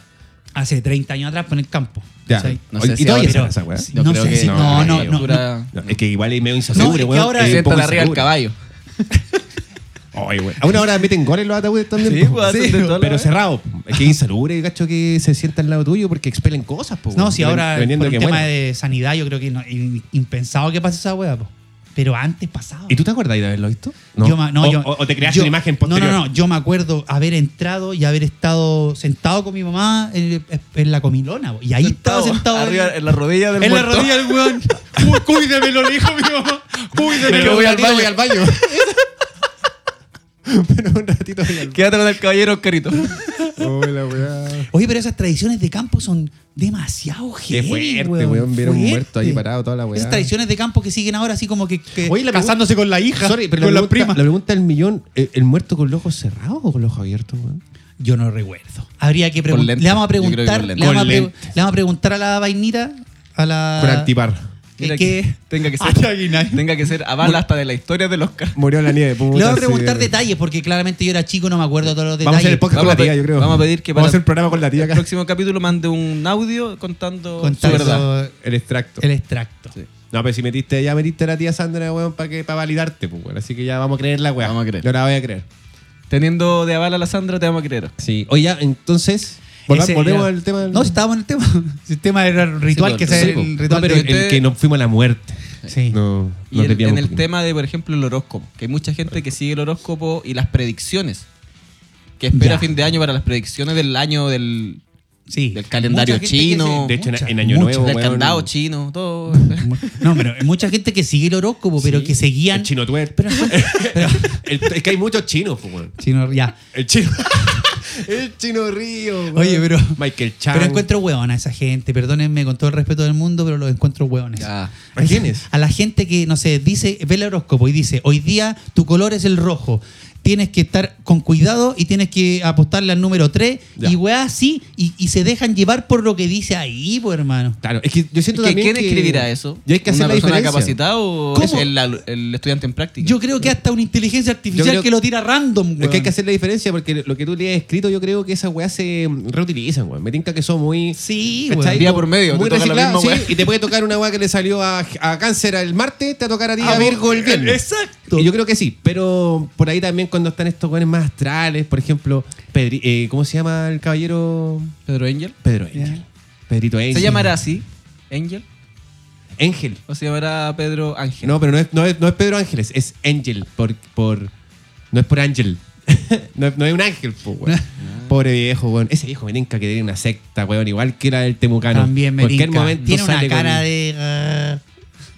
S2: Hace 30 años atrás, por el campo.
S1: ya.
S2: ¿cachai?
S3: No
S1: Oye,
S3: sé
S1: y
S3: si
S1: todavía
S3: ahora-
S1: será esa weá.
S2: sí,
S3: Yo
S2: No
S3: creo
S2: sé
S3: que
S2: si- no, no, no,
S3: Cultura-
S1: No, es que igual es medio
S2: No, es
S1: inseguro,
S2: que
S1: weón.
S2: ahora-
S1: es un
S3: Sientan
S1: poco
S3: arriba del
S1: inseguro.
S3: caballo.
S1: Oye, weón. A una hora meten goles los ataúdes también.
S3: Sí,
S1: po.
S3: weón, hacen de todo,
S1: pero
S3: la
S1: cerrado. Es que es insalubre, cacho, que se sienta al lado tuyo porque expelen cosas, po,
S2: No,
S1: weón.
S2: si ahora por un
S1: Dependiendo
S2: tema
S1: de que muera.
S2: de sanidad, yo creo que no- in- impensado que pase esa hueá, po. Pero antes pasaba.
S1: ¿Y tú te acordás de haberlo visto?
S2: Yo me- no,
S1: o,
S2: yo-
S1: o- o te creaste
S2: yo-
S1: una imagen posterior.
S2: No, no, no. Yo me acuerdo haber entrado y haber estado sentado con mi mamá en, en la comilona. po. Y ahí estaba sentado.
S3: Arriba, en la rodilla del muerto.
S2: del weón. Cuídeme, lo dijo mi mamá. Cuídeme.
S3: Pero voy al baño.
S1: voy al baño. pero un ratito voy al
S3: Quédate con el caballero, carito.
S1: baño. Hola, weá.
S2: Oye, pero esas tradiciones de campo son demasiado
S1: Qué
S2: heavy,
S1: fuerte,
S2: weón.
S1: weón, ver a un
S2: Fuerte.
S1: muerto ahí parado, toda la weá.
S2: Esas tradiciones de campo que siguen ahora así como que, que
S1: Oye, la pregunta-
S2: casándose con la hija,
S1: Sorry, pero
S2: con
S1: la,
S2: la,
S1: pregunta,
S2: prima.
S1: la pregunta del millón, ¿el, el muerto con los ojos cerrados o con los ojos abiertos, weón?
S2: Yo no recuerdo. Habría que
S3: Con
S2: preguntar.
S3: lentes.
S2: Le vamos a
S3: Yo creo que
S2: preguntar.
S3: con
S2: Le
S3: lentes.
S2: vamos a,
S1: Con
S2: pre-
S1: lentes. Ah.
S2: le vamos a preguntar a la vainita. A la.
S1: Con antipar.
S3: Mira
S2: que,
S3: tenga que ser-
S2: Ataguinay.
S3: Tenga que ser aval hasta de la historia del Oscar.
S1: Murió en la nieve. puta,
S2: Le voy a
S1: sí,
S2: preguntar
S1: weón.
S2: detalles porque claramente yo era chico, no me acuerdo todos los detalles.
S1: Vamos a hacer el podcast
S3: Vamos
S1: con
S3: a
S1: la tía,
S3: pe-
S1: yo creo.
S3: vamos a pedir que
S1: Vamos
S3: para-
S1: a hacer el programa con la tía
S3: El
S1: acá.
S3: próximo capítulo mande un audio contando,
S2: Contar
S3: su verdad.
S2: eso-
S1: El extracto.
S2: el extracto.
S3: Sí.
S1: No, pero si metiste, ya metiste a la tía Sandra, weón, para que para validarte, pues, weón. Así que ya vamos a creer la weá.
S3: Vamos a creer.
S1: Yo la voy a creer.
S3: Teniendo de aval a la Sandra, te vamos a creer.
S1: Sí. Oye, ya, entonces. volva-
S2: Ese
S1: volvemos
S2: era-
S1: al tema del.
S2: No, si estábamos en el tema. Si el tema era el ritual,
S3: Sí, pues.
S2: que
S3: pero-
S2: sea
S1: Sí,
S2: el
S1: po.
S2: ritual
S1: No, pero
S2: del-
S3: del-
S1: el que nos fuimos a la muerte.
S2: Sí.
S1: No,
S3: Y
S1: nos
S3: el-
S1: desviamos
S3: en
S1: un
S3: el
S1: poquito.
S3: tema de, por ejemplo, el horóscopo, que hay mucha gente que sigue el horóscopo y las predicciones, que espera
S2: Ya.
S3: fin de año para las predicciones del año del,
S2: Sí.
S3: del calendario
S2: Mucha gente que
S3: chino.
S1: De hecho, en-
S2: Mucha,
S1: en Año
S2: mucha.
S1: Nuevo.
S3: del
S1: weón,
S3: candado chino, todo.
S2: se- No, pero hay mucha gente que sigue el horóscopo, pero
S1: Sí,
S2: que seguían.
S1: El chino tuer.
S2: Pero, pero-
S1: El- es que hay muchos chinos, pues, weón.
S2: chino, ya.
S1: El chino. el chino río, weón.
S2: Oye, pero-
S1: Michael Chan.
S2: Pero encuentro hueona a esa gente, perdónenme con todo el respeto del mundo, pero los encuentro hueones.
S3: Ya.
S1: ¿A quiénes?
S2: A la gente que, no sé, dice, ve el horóscopo y dice, hoy día tu color es el rojo. Tienes que estar con cuidado y tienes que apostarle al número 3
S1: Ya.
S2: y weá así y, y se dejan llevar por lo que dice ahí, pues hermano.
S1: Claro, es que yo siento
S3: Es que
S1: también
S3: ¿Quién
S1: que-
S3: escribirá eso?
S1: Y hay que hacer la
S3: ¿Una persona
S1: diferencia.
S3: capacitada o
S2: ¿Cómo?
S3: es el, al- el estudiante en práctica?
S2: Yo creo que hasta una inteligencia artificial
S1: Yo creo-
S2: que lo tira random,
S1: Es que hay
S2: weón.
S1: que hacer la diferencia porque lo que tú le has escrito, yo creo que esas weas se reutilizan, weón. Me tinca que son muy.
S2: Sí,
S1: ¿cachai?
S2: weón.
S3: Día
S1: Como
S3: por medio,
S1: Muy
S3: te toca la
S1: reciclada,
S3: misma
S1: sí,
S3: wea.
S1: Y te puede tocar una wea que le salió a, a Cáncer el martes, te va a tocar a ti a Virgo el viernes.
S2: Exacto.
S1: Y yo creo que sí, pero por ahí también cuando están estos weones más astrales, por ejemplo, Pedri- eh, ¿cómo se llama el caballero?
S3: Pedro Angel.
S1: Pedro Ángel.
S2: Ya.
S1: Pedrito Ángel.
S3: ¿Se llamará así? ¿Angel?
S1: Ángel.
S3: ¿O se llamará Pedro Ángel?
S1: No, pero no es, no es, no es Pedro Ángeles, es Ángel. Por, por, no es por Ángel. no, es- no es un ángel, po, weón. Pobre viejo, weón. Ese viejo me tinca que tiene una secta, weón. Igual que la del Temucano.
S2: También me
S1: Cualquier
S2: tinca.
S1: momento
S2: Tiene una
S1: sale
S2: cara
S1: con-
S2: de... ah,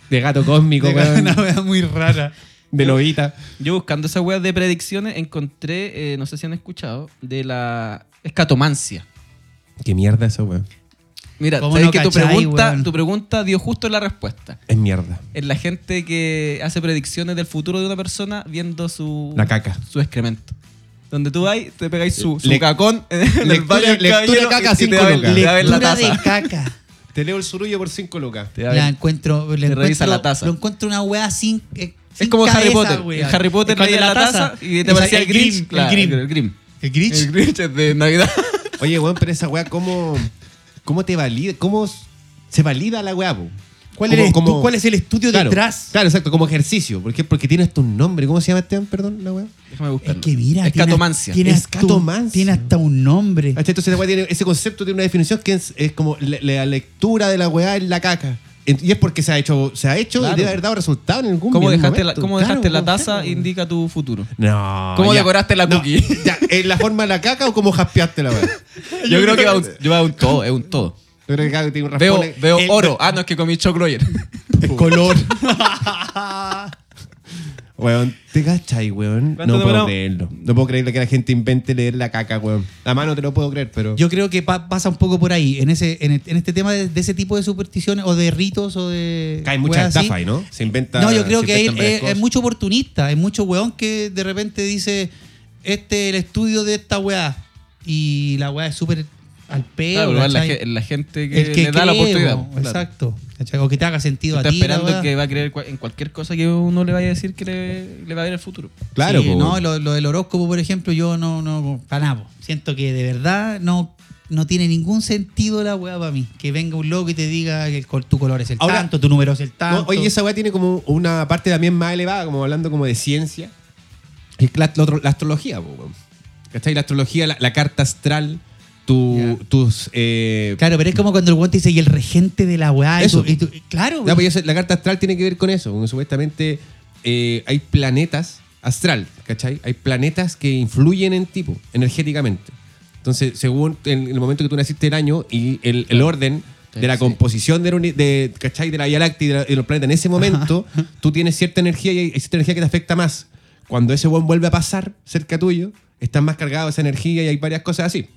S1: de gato cósmico,
S2: de-
S1: weón.
S2: una weá muy rara.
S1: De lobita.
S3: Yo buscando esa web de predicciones encontré, eh, no sé si han escuchado, de la escatomancia.
S1: Qué mierda eso, weón.
S3: Mira,
S2: ¿Cómo
S3: sabes
S2: no
S3: que tu,
S2: cachai,
S3: pregunta,
S2: weón?
S3: tu pregunta dio justo la respuesta.
S1: Es mierda.
S3: Es la gente que hace predicciones del futuro de una persona viendo su,
S1: La caca.
S3: su excremento. Donde tú vas, te pegáis su, su
S1: Le-
S3: cacón en el
S1: lectura-
S3: baño del
S1: lectura
S3: caballero
S1: caca
S3: y- y
S1: cinco
S3: te da el-
S1: lucas.
S3: te da el la
S2: Lectura
S3: taza.
S2: de caca.
S1: Te leo el surullo por 5 lucas.
S3: Te da
S2: La
S3: el-
S2: encuentro, le
S3: Te
S2: encuentro,
S3: revisa la taza.
S2: Lo encuentro una weá sin, eh,
S3: Es
S2: sin
S3: como Harry
S2: cabeza,
S3: Potter.
S2: weá.
S3: En Harry Potter
S2: Esconde
S3: leía la taza y te aparecía el
S2: el
S3: Grinch.
S2: Grinch,
S3: claro,
S2: el Grinch.
S3: El Grinch.
S2: El Grinch.
S3: El Grinch es de Navidad.
S1: Oye, weón, pero esa weá, ¿cómo, ¿cómo te valida? ¿Cómo se valida la weá, po?
S2: ¿Cuál,
S1: Como-
S2: eres tú?
S1: como-
S2: ¿Cuál es el estudio
S1: claro,
S2: detrás?
S1: Claro, exacto, como ejercicio. ¿Por qué? Porque tienes tu nombre. ¿Cómo se llama este, perdón, la weá?
S3: Déjame
S2: Es
S3: buscarlo.
S2: que mira,
S3: Escatomancia.
S2: Tiene, tiene hasta un,
S1: Escatomancia.
S2: tiene hasta un nombre.
S1: ¿Cachai? Entonces la weá tiene, ese concepto tiene una definición que es, es como le- la, lectura de la weá en la caca. En- Y es porque se ha hecho, se ha hecho
S3: Claro.
S1: y debe haber dado resultado en algún
S3: ¿Cómo
S1: en algún
S3: dejaste, la,
S1: momento.
S3: cómo
S1: Claro,
S3: dejaste la
S1: ¿cómo
S3: taza
S1: hacerlo?
S3: indica tu futuro?
S1: No.
S3: ¿Cómo
S1: ya.
S3: decoraste la
S1: No,
S3: cookie?
S1: ya, ¿En la forma de la caca o cómo jaspeaste la weá?
S3: Yo creo que va un, yo va un todo, es un todo.
S1: Yo creo que cada tiene un
S3: Veo,
S1: raspón. eh,
S3: veo
S1: El-
S3: oro. Ah, no, es que comí choclo ayer.
S2: El color.
S1: Weón, te cachai, weón.
S3: ¿Cuánto
S1: No puedo
S3: demoramos?
S1: creerlo. No puedo creer que la gente invente leer la caca, weón. La mano te lo puedo creer, pero.
S2: Yo creo que pa- pasa un poco por ahí, en ese en, en este tema de, de ese tipo de supersticiones o de ritos o de...
S1: Cae mucha
S2: weas así.
S1: estafa ahí, ¿no? Se inventa.
S2: No, yo creo
S1: se
S2: que hay,
S1: inventan
S2: es,
S1: varias cosas.
S2: es mucho oportunista, hay mucho weón que de repente dice, este es el estudio de esta weá. Y la weá es súper al
S3: Claro,
S2: pedo.
S3: pero va la,
S2: ¿cachai?
S3: ge- la gente que,
S2: el que
S3: le da la
S2: cree,
S3: oportunidad. pues,
S2: po,
S3: claro.
S2: Exacto. ¿cachai? O que te haga sentido
S3: Está
S2: a ti. la
S3: esperando
S2: weá.
S3: que va a creer cua- en cualquier cosa que uno le vaya a decir que le, le va a ver el futuro.
S1: Claro,
S2: Sí,
S1: po.
S2: no, lo, lo del horóscopo, por ejemplo, yo no, no, para nada, po. Siento que de verdad no, no tiene ningún sentido la weá para mí. Que venga un loco y te diga que el col- tu color es el
S1: Ahora-
S2: tanto, tu número es el
S1: No,
S2: tanto.
S1: oye, esa weá tiene como una parte también más elevada, como hablando como de ciencia. Es que la, lo otro- la astrología, po, weón. ¿Cachai? La astrología, la, la carta astral, tu- tus. eh,
S2: Claro, pero es como cuando el weón te dice, y el regente de la weá. y
S1: Eso.
S2: tú- y tú- y claro,
S1: Ya, pues, eso- la carta astral tiene que ver con eso. porque supuestamente eh, hay planetas astral, ¿cachai? Hay planetas que influyen en tipo, energéticamente. Entonces, según en el momento que tú naciste el año y el, el orden
S3: Sí,
S1: de la
S3: sí.
S1: composición del uni- de, ¿cachai? de la Vía Láctea y de, la- de los planetas en ese momento, tú tienes cierta energía y hay hay cierta energía que te afecta más. Cuando ese buen vuelve a pasar cerca tuyo, estás más cargado de esa energía y hay varias cosas así.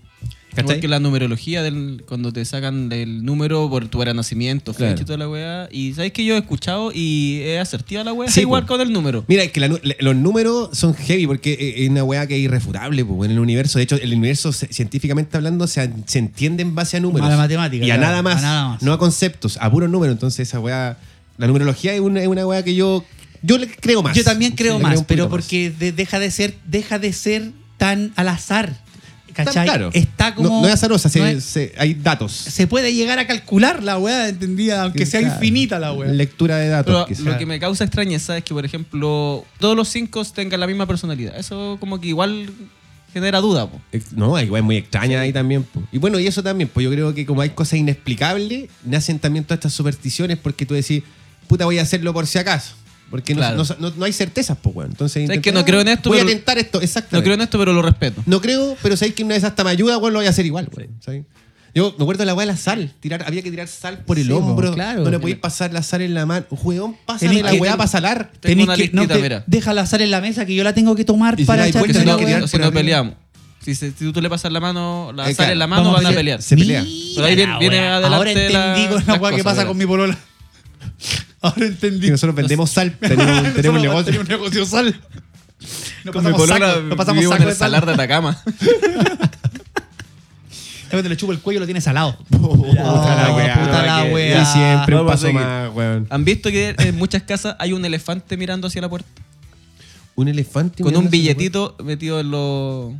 S1: ¿Cachai?
S3: Igual que la numerología, del, cuando te sacan el número por tu hora de nacimiento, fecha
S1: Claro.
S3: y toda la weá. Y sabes que yo he escuchado y he acertado la weá.
S1: Sí,
S3: igual
S1: po.
S3: con el número.
S1: Mira, es que la nu- la- los números son heavy porque eh, es una weá que es irrefutable po, en el universo. De hecho, el universo se- científicamente hablando se, se entiende en base a números.
S2: A la matemática,
S1: Y a,
S2: claro,
S1: nada más,
S2: a nada más.
S1: No a conceptos, a puros números. Entonces esa weá La numerología es una, es una weá que yo. Yo le creo más.
S2: Yo también creo
S1: Le
S2: más,
S1: un poquito
S2: pero
S1: más.
S2: porque de- deja de ser deja de ser tan al azar. ¿Cachai?
S1: Está, claro.
S2: Está como.
S1: No, no es azarosa, se-
S2: no es-
S1: se- hay datos.
S2: se puede llegar a calcular la weá, entendida, aunque sea
S1: Claro.
S2: infinita la weá.
S1: Lectura de
S2: pues,
S1: datos.
S3: Pero
S1: quizá.
S3: lo que me causa extrañeza es que, por ejemplo, todos los cinco tengan la misma personalidad. Eso como que igual genera duda. po.
S1: Ex- No, hay weas muy extrañas ahí también. po. Y bueno, y eso también, pues yo creo que como hay cosas inexplicables, nacen también todas estas supersticiones porque tú decís, puta, voy a hacerlo por si acaso. Porque no-
S3: Claro.
S1: no, no- no hay certezas, pues, weón. Entonces,
S3: ¿Sabes
S1: intenté,
S3: que no creo en esto,
S1: Voy
S3: pero-
S1: a tentar esto, exacto.
S3: No creo en esto, pero lo respeto.
S1: No creo, pero sabéis que una vez hasta me ayuda, weón, lo voy a hacer igual, weón. ¿sabes? Yo me acuerdo de la weá de la sal. Tirar, había que tirar sal por el
S2: Sí, po,
S1: hombro.
S2: claro.
S1: no le podéis pasar la sal en la mano. Weón, pásame
S2: Tenés
S1: la
S2: que-
S1: weá para salar.
S3: Tengo
S2: Tenés
S3: una
S2: que, no,
S3: listita,
S2: te-
S3: mira.
S2: déjala azar en la mesa que yo la tengo que tomar
S1: Y si no
S2: para
S1: hay
S2: echarte
S1: Porque
S3: Porque si
S1: tenés
S3: no,
S1: que tirar
S3: si
S1: por
S3: no
S1: arriba.
S3: peleamos. Si, se- si tú le pasas la mano, la
S1: Eh,
S3: sal
S1: claro.
S3: en la mano, van a pelear.
S1: Se pelean.
S2: Mira
S3: Pero ahí viene-
S2: la
S3: viene
S2: weá.
S3: adelante
S2: Ahora
S3: la-
S2: entendí con la
S3: las
S2: weá que
S3: cosas,
S2: pasa
S3: mira.
S2: con mi polola. Ahora entendí.
S1: Que nosotros vendemos sal, tenemos, tenemos un
S2: Nosotros
S1: negocio.
S2: tenemos un negocio sal. No
S3: Con mi
S2: pasamos
S3: polola
S2: saco, no pasamos
S3: vivimos
S2: saco
S3: en
S2: de
S3: el salar de
S2: sal.
S3: Atacama.
S2: Te le chupo el cuello y lo tiene salado.
S1: Puta la
S2: Oh,
S1: weá. pues,
S2: puta la
S1: que-
S2: weá.
S1: y siempre un
S3: Vamos a
S1: paso
S3: seguir.
S1: más, weón.
S3: ¿Han visto que en muchas casas hay un elefante mirando hacia la puerta?
S1: Un elefante.
S3: Con
S1: mirando
S3: un
S1: hacia la
S3: billetito metido en los...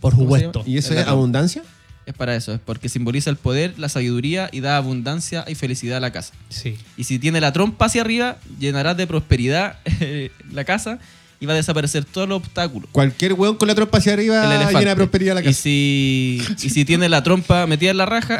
S2: Por supuesto.
S1: puerta. ¿Y eso
S3: en la
S1: es
S3: cama.
S1: abundancia?
S3: Es para eso, es porque simboliza el poder, la sabiduría y da abundancia y felicidad a la casa.
S2: Sí.
S3: Y si tiene la trompa hacia arriba, llenarás de prosperidad eh, la casa y va a desaparecer todos los obstáculos.
S1: Cualquier weón con la trompa hacia
S3: El
S1: arriba
S3: elefante.
S1: llena de Ah, prosperidad a la
S3: Y
S1: casa.
S3: si, y si tiene la trompa metida en la raja,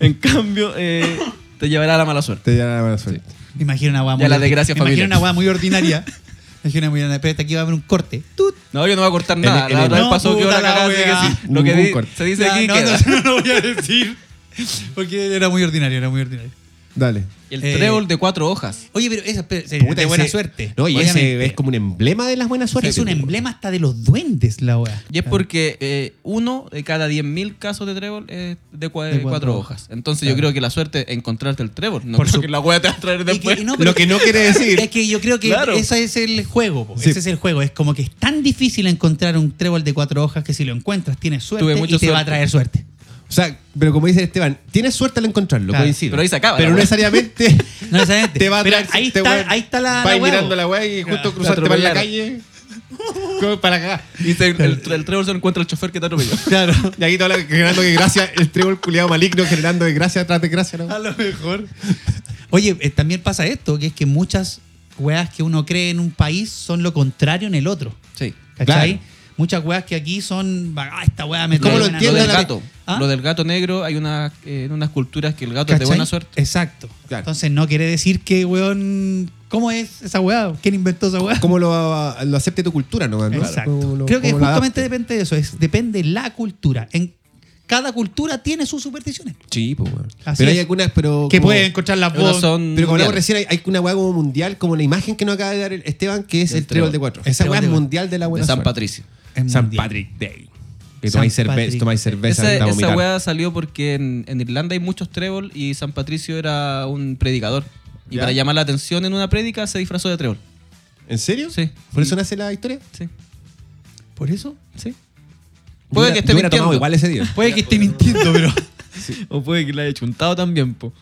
S3: en cambio, eh, te llevará a la mala suerte.
S1: Te da la mala suerte.
S2: Me imagino una weá
S3: Ya la desgracia
S2: me imagino
S3: familiar.
S2: una weá muy ordinaria. Me imagino una muy ordinaria. Espérate, aquí va a haber un corte. Tut.
S3: No, yo no voy a cortar
S1: En
S3: nada.
S1: el- en
S3: la
S1: el-
S3: otra vez
S2: No,
S3: pasó que
S2: puta
S3: una
S2: la
S3: cagada, así que
S2: wea.
S3: sí, lo que
S1: Ningún
S3: di-
S1: corte.
S3: se dice
S2: Ya,
S3: aquí
S2: no,
S3: queda.
S2: no, yo no lo voy a decir. Porque era muy ordinario, era muy ordinario.
S1: Dale.
S3: El
S2: Eh,
S3: trébol de cuatro hojas.
S2: Oye, pero esa pe- se-
S1: Puta,
S2: de buena
S1: ese-
S2: suerte.
S1: No, y ese
S2: obviamente.
S1: es como un emblema de las buenas suertes.
S2: Es un emblema hasta de los duendes, la weá.
S3: Y es porque eh, uno de cada 10.000 casos de trébol es de, cua-
S2: De
S3: cuatro,
S2: cuatro
S3: hojas. Entonces yo
S2: Claro.
S3: creo que la suerte es encontrarte el trébol. No
S2: Por
S3: creo
S2: su-
S3: que la hueá te va a traer
S2: Y que-
S3: después.
S2: y no, pero-
S1: Lo que no quiere decir.
S2: Es que yo creo que
S3: Claro.
S2: ese es el juego, po.
S1: Sí.
S2: ese es el juego. Es como que es tan difícil encontrar un trébol de cuatro hojas que si lo encuentras tienes suerte
S3: Tuve
S2: y te
S3: mucha
S2: va a
S3: suerte.
S2: traer suerte.
S1: O sea, pero como dice Esteban, tienes suerte al encontrarlo,
S2: Claro,
S1: coincido.
S3: pero ahí se acaba
S1: Pero
S3: la
S1: no
S3: wea.
S1: necesariamente
S2: No necesariamente.
S1: te va a
S2: Pero
S1: traer.
S2: ahí,
S1: te
S2: está,
S1: wea-
S2: ahí está la,
S1: Vas
S2: la weá,
S1: mirando
S2: po.
S1: la weá y
S2: Claro.
S1: justo cruzarte para la calle. como para cagar.
S3: Y se- el, tre- el trébol se lo encuentra el chofer que te atropelló.
S2: Claro.
S1: Y aquí todo lo generando desgracia, el trébol culiado maligno generando desgracia tras desgracia. ¿no?
S2: A lo mejor. Oye, eh, también pasa esto, que es que muchas weas que uno cree en un país son lo contrario en el otro.
S3: Sí.
S2: ¿Cachai?
S1: Claro.
S2: Muchas weas que aquí son. Ah, esta wea me
S1: ¿Cómo
S2: trae
S1: lo
S2: buena
S1: entiende
S2: suerte.
S3: del
S1: la-
S3: gato.
S2: ¿Ah?
S3: Lo del gato negro, hay unas eh, en unas culturas que el gato es de
S2: ¿Cachai?
S3: buena suerte.
S2: Exacto.
S1: Claro.
S2: Entonces no quiere decir que, weón. ¿Cómo es esa weá? ¿Quién inventó esa weá?
S1: Cómo lo, lo acepte tu cultura, ¿no? ¿no?
S2: Exacto.
S1: Cómo lo-
S2: Creo que
S1: cómo lo
S2: justamente
S1: adapte.
S2: depende de eso. Es, depende la cultura. En, cada cultura tiene sus supersticiones.
S1: Sí, pues, weón.
S2: Así
S1: Pero hay
S2: es.
S1: algunas, pero.
S2: Que
S1: como-
S2: pueden encontrar las
S3: Unas
S2: voz.
S3: son
S1: Pero como hablamos
S3: mundiales.
S1: recién, hay, hay una weá como mundial, como la imagen que nos acaba de dar el Esteban, que es
S3: Del
S1: el trébol
S3: trébol.
S1: de cuatro.
S2: El
S1: Esa
S2: trébol
S1: weá
S2: de
S1: es
S2: cuatro.
S1: mundial de la
S3: De
S1: buena
S3: San
S1: suerte.
S3: Patrick.
S2: en
S1: San
S2: mundial.
S1: Patrick Day. Que
S2: San
S1: tomáis cerveza,
S2: Patrick.
S1: tomáis cerveza
S3: Esa,
S1: hasta
S3: esa
S1: vomitar.
S3: weá salió porque en, en Irlanda hay muchos trébol y San Patricio era un predicador. Y
S1: ¿Ya?
S3: para llamar la atención en una prédica se disfrazó de trébol.
S1: ¿En serio?
S3: Sí.
S1: ¿Por eso nace la historia?
S3: Sí,
S2: ¿Por eso?
S3: sí. Puede
S1: Yo hubiera-
S3: que esté
S1: yo hubiera
S3: mintiendo.
S1: tomado igual ese día.
S2: Puede que esté mintiendo, pero.
S3: O puede que la haya chuntado también, po.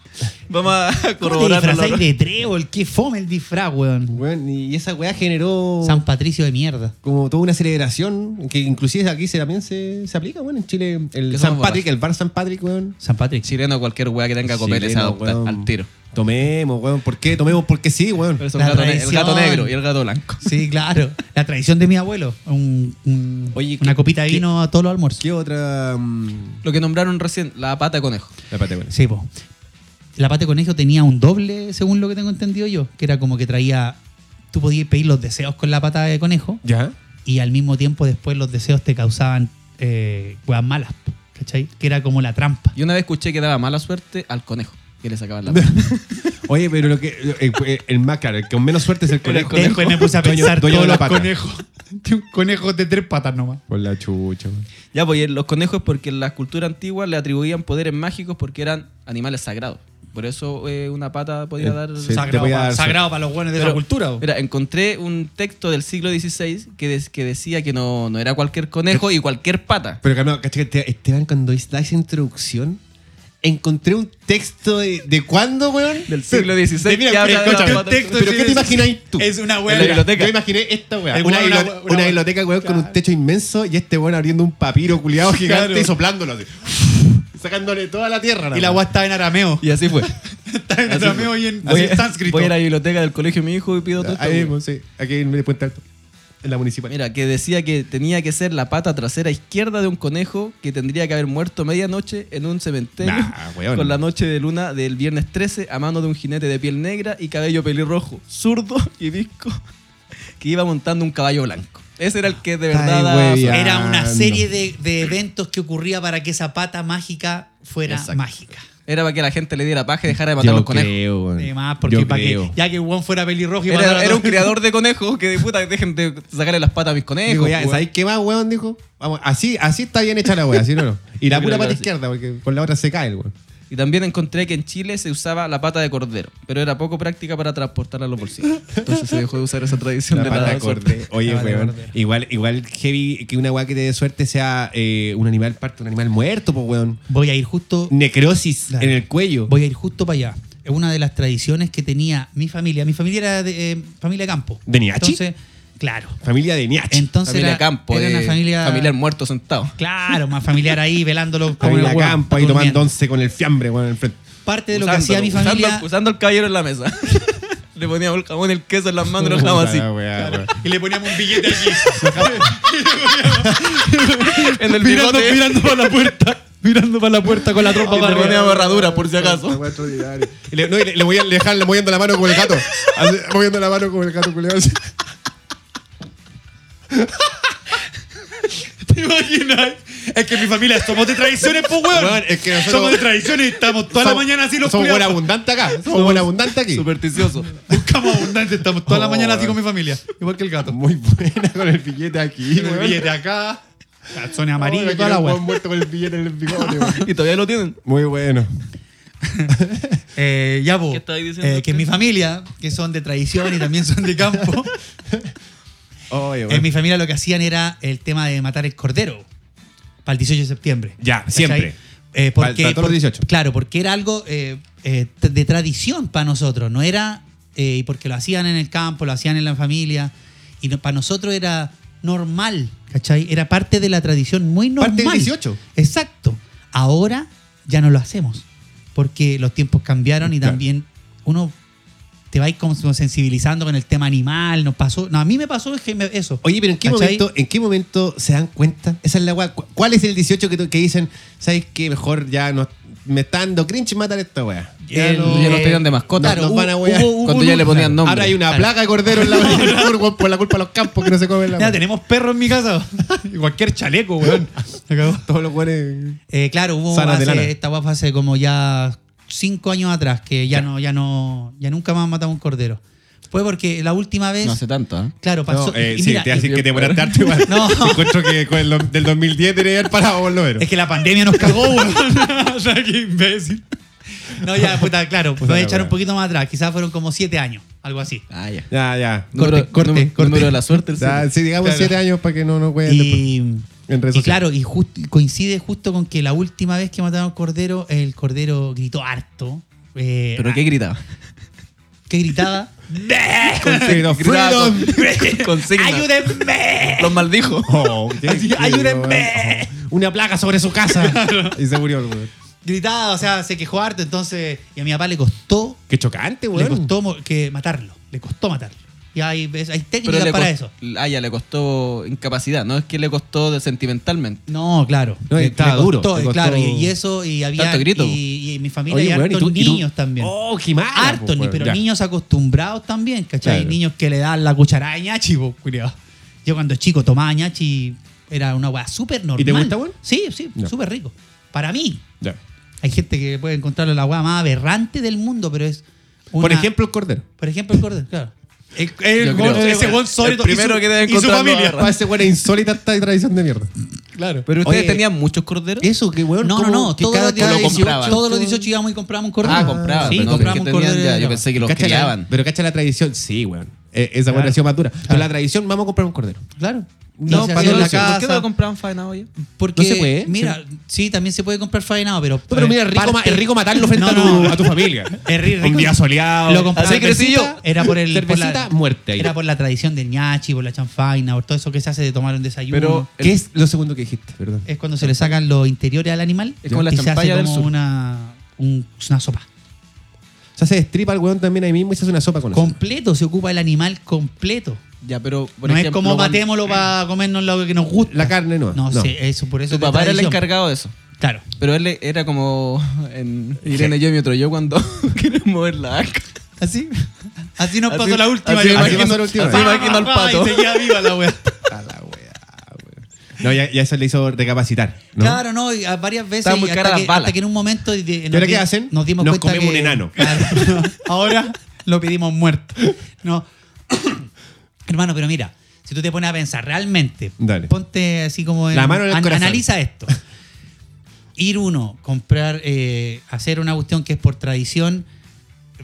S3: Vamos a
S2: ¿Cómo te
S3: corroborar
S2: disfrazáis de trébol? ¿Qué fome el disfraz, weón?
S1: Weón, y esa weá generó
S2: San Patricio de mierda.
S1: como toda una celebración que inclusive aquí se, también se, se aplica, bueno, en Chile
S3: Que
S1: el San
S3: somos
S1: Patrick, el bar San Patrick, weón.
S2: San Patrick.
S3: Chileno, cualquier weá que tenga copete se
S1: Chileno,
S3: adopta
S1: weón.
S3: al tiro.
S1: Tomemos, weón, ¿por qué? Tomemos porque sí, weón.
S3: Pero son
S2: La
S3: gato ne- el
S2: traición.
S3: gato negro y el gato blanco.
S2: Sí, claro. La tradición de mi abuelo. Un- un-
S1: Oye,
S2: una
S1: ¿qué-
S2: copita de
S1: qué-
S2: vino a todos los almuerzos.
S1: ¿Qué otra? mm,
S3: Lo que nombraron recién, la pata de conejo.
S1: espérate, weón.
S2: Sí, po. La pata de conejo tenía un doble, según lo que tengo entendido yo, que era como que traía. Tú podías pedir los deseos con la pata de conejo
S1: ¿Ya?
S2: y al mismo tiempo después los deseos te causaban eh, weas malas, po, ¿cachai? Que era como la trampa.
S3: Y una vez escuché que daba mala suerte al conejo. Que le sacaban la pata.
S1: Oye, pero lo que. eh, eh, el más claro, el con menos suerte es el conejo.
S2: Después me puse a
S1: Dueño-
S2: pensar
S1: dueño de
S2: todos
S1: la
S2: los
S1: pata.
S2: conejos. un conejo de tres patas nomás.
S1: Por la chucha, weón.
S3: ya, pues y los conejos porque en la cultura antigua le atribuían poderes mágicos porque eran animales sagrados. Por eso eh, una pata podía
S1: Eh,
S3: dar...
S1: sí. Te
S2: Sagrado
S1: voy a
S2: pa-
S1: dar suerte.
S2: sagrado para los buenos de
S3: Pero,
S2: la cultura. po.
S3: Mira, encontré un texto del siglo XVI que, des- que decía que no, no era cualquier conejo y cualquier pata.
S1: Pero, Carmen, ¿cachai que Esteban, cuando hice esa introducción, encontré un texto de, de cuándo, weón?
S3: Del siglo XVI
S1: De- mira,
S3: que habla de la
S1: escucha,
S3: pata-
S1: un texto, ¿Pero
S2: sí,
S1: qué te
S2: es-
S1: imagináis tú?
S2: Es una
S3: En la
S2: weá.
S3: biblioteca.
S1: Yo imaginé esta weá.
S2: El
S1: Una,
S2: weón,
S1: bibli-
S2: una-
S1: una
S2: una-
S1: biblioteca, weón, con un
S2: Claro.
S1: techo inmenso y este weón abriendo un papiro culiado gigante
S2: Claro.
S1: y soplándolo así. Sacándole toda la tierra.
S2: Y la weá estaba en arameo.
S3: Y así fue.
S2: Estaba en
S3: Así
S2: arameo
S3: fue.
S2: y en,
S3: voy,
S2: en sánscrito.
S3: voy a la biblioteca del colegio de mi hijo y pido todo.
S1: Ahí mismo, sí. Aquí en el Puente Alto. En la municipal.
S3: Pues Mira, que decía que tenía que ser la pata trasera izquierda de un conejo que tendría que haber muerto medianoche en un cementerio
S1: Nah, weón.
S3: con la noche de luna del viernes 13 a mano de un jinete de piel negra y cabello pelirrojo, zurdo y disco, que iba montando un caballo blanco. Ese era el que de
S1: Está
S3: verdad...
S1: de
S3: daba-
S1: huevia.
S2: Era una
S1: Ah,
S2: serie
S1: no.
S2: de, de eventos que ocurría para que esa pata mágica fuera
S3: Exacto.
S2: mágica.
S3: Era para que la gente le diera paja y dejara de matar los conejos.
S1: weón.
S2: Además, porque
S1: Yo
S2: para que,
S1: creo.
S2: ya que Juan fuera pelirrojo y matara
S3: Era,
S2: a
S3: era un
S2: todos-
S3: criador de conejos que de puta dejen de sacarle las patas a mis conejos.
S1: Dijo, ya,
S3: weón.
S1: ¿sabéis qué más, weón? Dijo. Vamos, así, así está bien hecha la weá, así no, no. Y la pura
S3: Yo creo que
S1: pata
S3: ahora sí.
S1: izquierda, porque con la otra se cae el weón.
S3: Y también encontré que en Chile se usaba la pata de cordero, pero era poco práctica para transportarla a los bolsillos. Entonces se dejó de usar esa tradición de la
S1: pata
S3: dada
S1: corte.
S3: suerte.
S1: Oye,
S2: La pata
S1: weón.
S2: corte.
S1: Igual, igual heavy que una weá que te dé suerte sea eh, un animal parte, un animal muerto, pues weón.
S2: Voy a ir justo
S1: Necrosis
S2: Dale.
S1: en el cuello.
S2: Voy a ir justo para allá. Es una de las tradiciones que tenía mi familia. Mi familia era de eh, familia de campo.
S1: ¿De Niachi?
S2: Entonces, claro.
S1: Familia de niache.
S2: Entonces
S3: Familia
S2: era,
S3: campo,
S2: era una
S3: de
S2: familia
S3: familiar muerto sentado.
S2: Claro, más familiar ahí velándolo como
S1: Familia
S2: el huevo,
S1: campo ahí
S2: durmiendo.
S1: tomando once con el fiambre, weón, en el frente.
S2: Parte de lo que
S3: Usándolo,
S2: hacía mi
S3: usando-
S2: familia.
S3: Usando, el caballero en la mesa. Le poníamos el jamón y el queso en las manos y lo dejábamos así.
S1: Puta la weá, weón.
S2: Y le poníamos un billete aquí.
S3: En el bigote.
S2: para la puerta. Mirando para la puerta con la trompa
S3: Y le poníamos herradura por si
S1: Una
S3: acaso.
S1: weá extraordinaria. Y le, no, y le, le voy a dejar moviendo la mano como el gato. Así, moviendo la mano como el gato culiado.
S2: ¿Te imaginas? Es que mi familia somos de tradiciones, pues, weón.
S1: Weón, es que nosotros-
S2: somos de tradiciones y estamos toda la mañana así los
S1: Somos
S2: culiados.
S1: buena abundante acá. Somos buena abundante aquí.
S3: Supersticioso.
S2: Buscamos abundante, estamos toda la
S1: Oh,
S2: mañana así
S1: weón.
S2: con mi familia. Igual que el gato.
S1: Muy buena con el billete aquí.
S2: Con el
S1: weón.
S2: billete acá, calzones
S1: Oye,
S2: amarillos,
S1: quiero
S2: toda la
S1: un
S2: weá.
S1: buen muerto con el billete en el bigote. weón.
S3: Y todavía lo tienen.
S1: Muy bueno.
S2: Eh, ya, po,
S3: ¿Qué estabais diciendo
S2: eh, que en mi familia, que son de tradición y también son de campo,
S1: Oye, weón.
S2: en mi familia lo que hacían era el tema de matar el cordero para el 18 de septiembre.
S1: Ya,
S2: ¿Cachai?
S1: siempre.
S2: Eh,
S1: Para-
S2: porque,
S1: para todos los
S2: por-
S1: 18.
S2: Claro, porque era algo eh, eh, t- de tradición para nosotros, no era, eh, y porque lo hacían en el campo, lo hacían en la familia, y no- para nosotros era normal, ¿cachai? Era parte de la tradición muy normal.
S1: Parte del 18.
S2: Exacto. Ahora ya no lo hacemos, porque los tiempos cambiaron y
S1: Claro.
S2: también uno te va como sensibilizando con el tema animal, nos pasó, no, a mí me pasó es que me- eso.
S1: Oye, pero ¿en qué,
S2: ¿Cachai?
S1: momento, ¿en qué momento se dan cuenta? Esa es la weá. Cu- ¿Cuál es el 18 que, tú- que dicen, ¿sabes qué? Mejor ya no, me está dando cringe matar a esta weá. Ya
S2: El-
S1: no-
S3: Ya nos tenían de mascota.
S1: nos van a
S2: eh, hubo-
S1: wear.
S2: hubo-
S3: Cuando
S2: hubo
S3: ya
S2: un-
S3: le ponían nombre.
S1: Ahora hay una
S2: Claro.
S1: placa de cordero en la weón, por la culpa de los campos que no se comen la
S2: Ya
S1: weá.
S2: tenemos perro en mi casa. Y cualquier chaleco, weón. Se acabó.
S1: Todos los weones.
S2: Eh, claro, hubo
S1: Salas de
S2: hace-
S1: lana.
S2: esta guapa hace como ya cinco años atrás, que ya no, ya no, ya nunca más matado un cordero. Fue porque la última vez.
S3: No hace tanto, ¿eh?
S2: Claro, pasó.
S1: No, eh,
S2: y
S1: sí,
S2: mira,
S1: te hacen
S2: y-
S1: que te demoraste harto igual.
S2: No.
S1: Encuentro que con el do- del 2010 debería haber parado por lo menos.
S2: es que la pandemia nos cagó, weón. O sea, qué imbécil. No, ya, puta, claro,
S1: Puta
S2: lo voy a
S1: la
S2: echar un
S1: wea.
S2: poquito más atrás. Quizás fueron como siete años, algo así.
S3: Ah, ya.
S1: Ya, ya.
S3: Número-
S2: corte,
S3: número-
S2: corte.
S3: Número de la suerte. el
S1: Ya,
S3: cero.
S1: sí, digamos
S2: Claro.
S1: 7 años para que no nos jueguen después.
S2: Y,
S1: pues, en redes
S2: y
S1: sociales.
S2: claro, y justo- coincide justo con que la última vez que mataron cordero, el cordero gritó harto. eh,
S3: ¿Pero qué gritaba?
S2: que gritaba
S1: Pero
S3: Gritaba
S1: freedom.
S3: Con, con signos.
S2: ¡Ayúdenme!
S3: Los maldijo.
S1: Oh, qué
S2: Así,
S1: feo,
S2: ayúdenme.
S1: weón. Una placa sobre su casa. y se murió el weón.
S2: Gritaba, o sea, se quejó harto, entonces. Y a mi papá le costó,
S1: Qué chocante,
S2: le
S1: weón.
S2: costó mo- que matarlo. Le costó matarlo. Y hay, ves- hay
S3: Pero
S2: técnicas
S3: le
S2: para
S3: cost-
S2: eso.
S3: Ah, ya, le costó incapacidad, no es que le costó de- sentimentalmente.
S2: No, claro.
S1: No, y
S2: Le-
S1: estaba
S2: le costó,
S1: duro, le
S2: eh,
S1: costó-
S2: Claro, y, y eso, y había.
S3: Tanto grito.
S2: Y, y mi familia,
S1: Oye,
S2: y
S1: weón,
S2: hartos
S1: y tú- y tú-
S2: niños también.
S1: Oh, Jimara.
S2: hartos,
S1: pues,
S2: ni-
S1: weón.
S2: pero
S1: Ya.
S2: niños acostumbrados también, ¿cachai?
S1: Claro.
S2: Niños que le dan la cucharada a ñachi, po, culiao. Yo cuando chico tomaba ñachi, era una weá súper normal.
S1: te gusta, weón?
S2: Sí, sí,
S1: Ya.
S2: súper rico. Para mí,
S1: Ya.
S2: Hay gente que puede encontrar la weá más aberrante del mundo, pero es. una-
S1: Por ejemplo, el cordero.
S2: Por ejemplo, el cordero, claro. El,
S3: Yo creo.
S2: gon-
S3: El
S2: solito
S3: primero que debe encontrar lo agarra.
S1: Para ese weón es insólita esta tradición de mierda.
S2: Claro.
S3: Pero ustedes
S2: Oye,
S3: tenían muchos corderos.
S1: Eso, qué weón.
S2: No, no, no. Todos los, días
S3: lo
S2: 18,
S3: compraban.
S2: todos los 18 íbamos y comprábamos un cordero.
S3: ah, compraban.
S2: Sí,
S3: pero no,
S2: compramos
S3: que
S2: un
S3: tenían
S2: cordero.
S3: ya, Yo pensé que los
S1: Cacha la-
S3: criaban.
S1: pero cacha la tradición, sí, weón. eh, esa buena
S2: Claro.
S1: ha sido más dura. Pero
S2: Claro.
S1: la tradición, vamos a comprar un cordero.
S2: Claro.
S1: No,
S2: Y se
S1: para
S2: hacía en
S1: no
S2: la
S1: decir,
S2: casa.
S3: ¿Por qué no lo compraban faena hoy?
S2: Porque,
S1: ¿No se puede?
S2: Mira, sí, también se puede comprar faenado, pero.
S1: No, pero
S2: eh,
S1: mira, es rico, ma-
S2: parte-
S1: es rico matarlo frente
S2: No,
S1: a, tu,
S2: no.
S1: a tu familia.
S2: Es ri- rico.
S1: Un día soleado.
S2: Lo compraba
S3: Así crecí
S2: cervecita,
S3: yo.
S2: Era por el.
S1: Cervecita,
S2: por la,
S1: muerte ahí.
S2: Era por la tradición del ñachi, por la chanfaina, por todo eso que se hace de tomar un desayuno.
S3: Pero
S1: ¿Qué es lo segundo que dijiste? Perdón.
S2: es cuando se le sacan los interiores al animal
S3: Es como la
S2: y se hace
S3: champaña del
S2: como
S3: sur.
S2: una, un- una sopa.
S1: O sea, se destripa el weón también ahí mismo y se hace una sopa con eso.
S2: Completo, se ocupa el animal completo.
S3: Ya, pero por
S2: no
S3: ejemplo,
S2: es como
S3: cuando-
S1: eh.
S2: matémoslo para comernos lo que nos gusta.
S1: La carne no,
S2: No,
S1: no.
S2: sí, eso, por eso.
S3: Tu
S2: es de
S3: papá era el
S2: tradición.
S3: encargado de eso.
S2: Claro.
S3: Pero él era como en Irene, yo y mi otro yo cuando queremos mover la vaca.
S2: Así. Así nos
S3: Así-
S2: pasó la última.
S3: así
S2: yo
S1: me
S2: imagino.
S1: pasó la última
S2: Así
S1: vez.
S2: me imagino al pato. Y se queda viva la wea.
S1: A la weá, weón. No, ya, ya eso le hizo recapacitar. ¿no?
S2: Claro, no, y a varias veces.
S3: Estaban muy
S2: y hasta,
S3: caras las
S2: que,
S3: balas.
S2: hasta que en un momento. y de-
S1: ahora
S2: di-
S1: qué hacen?
S2: Nos dimos
S1: Nos
S2: cuenta
S1: comemos
S2: que-
S1: un enano.
S2: Claro, no, ahora lo pedimos muerto. No. Hermano, pero mira, si tú te pones a pensar realmente,
S1: Dale.
S2: ponte así como. en-
S1: La mano en el
S2: an-
S1: corazón.
S2: Analiza esto. Ir uno, comprar, eh, hacer una cuestión que es por tradición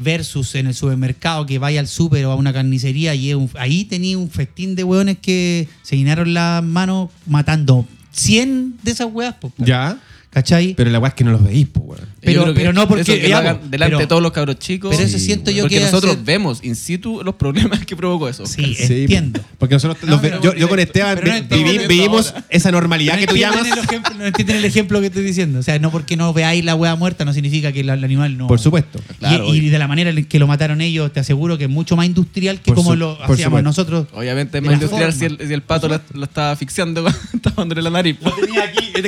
S2: versus en el supermercado que vaya al súper o a una carnicería y es un- ahí tenía un festín de hueones que se llenaron las manos matando 100 de esas hueas, po,
S1: Ya.
S2: ¿cachai? Pero,
S1: Pero la weá es que no los veís, pues, weón.
S2: Pero-
S3: Yo creo que
S2: pero no porque-
S3: eso que lo
S2: veamos,
S3: hagan delante
S2: pero-
S3: de todos los cabros chicos.
S2: eso
S1: Sí,
S2: siento
S1: weón.
S2: yo
S3: porque
S2: que
S3: nosotros
S2: hacer-
S3: vemos in situ los problemas que provocó eso.
S2: Sí,
S1: Sí, pues,
S2: entiendo.
S1: Porque nosotros,
S3: No,
S1: los ve-
S3: pero-
S1: yo, yo con Esteban
S3: pero no
S1: vi-
S3: estamos
S1: vivi-
S3: viendo
S1: vivimos
S3: ahora.
S1: esa normalidad
S2: No
S1: que tú
S2: entienden
S1: llamas.
S2: el ejemplo- no entienden el ejemplo que estoy diciendo. O sea, no porque no veáis la hueá muerta no significa que la- el animal no...
S1: Por supuesto.
S2: Y-
S3: Claro,
S2: y,
S3: obvio.
S2: de la manera en que lo mataron ellos, te aseguro que es mucho más industrial que
S1: Por
S2: como
S1: su-
S2: lo
S1: por
S2: hacíamos
S1: supuesto.
S2: nosotros.
S3: Obviamente es
S2: De
S3: más
S2: la
S3: industrial
S2: forma.
S3: si el, si el pato la, la estaba asfixiando, estaba dándole la nariz. po.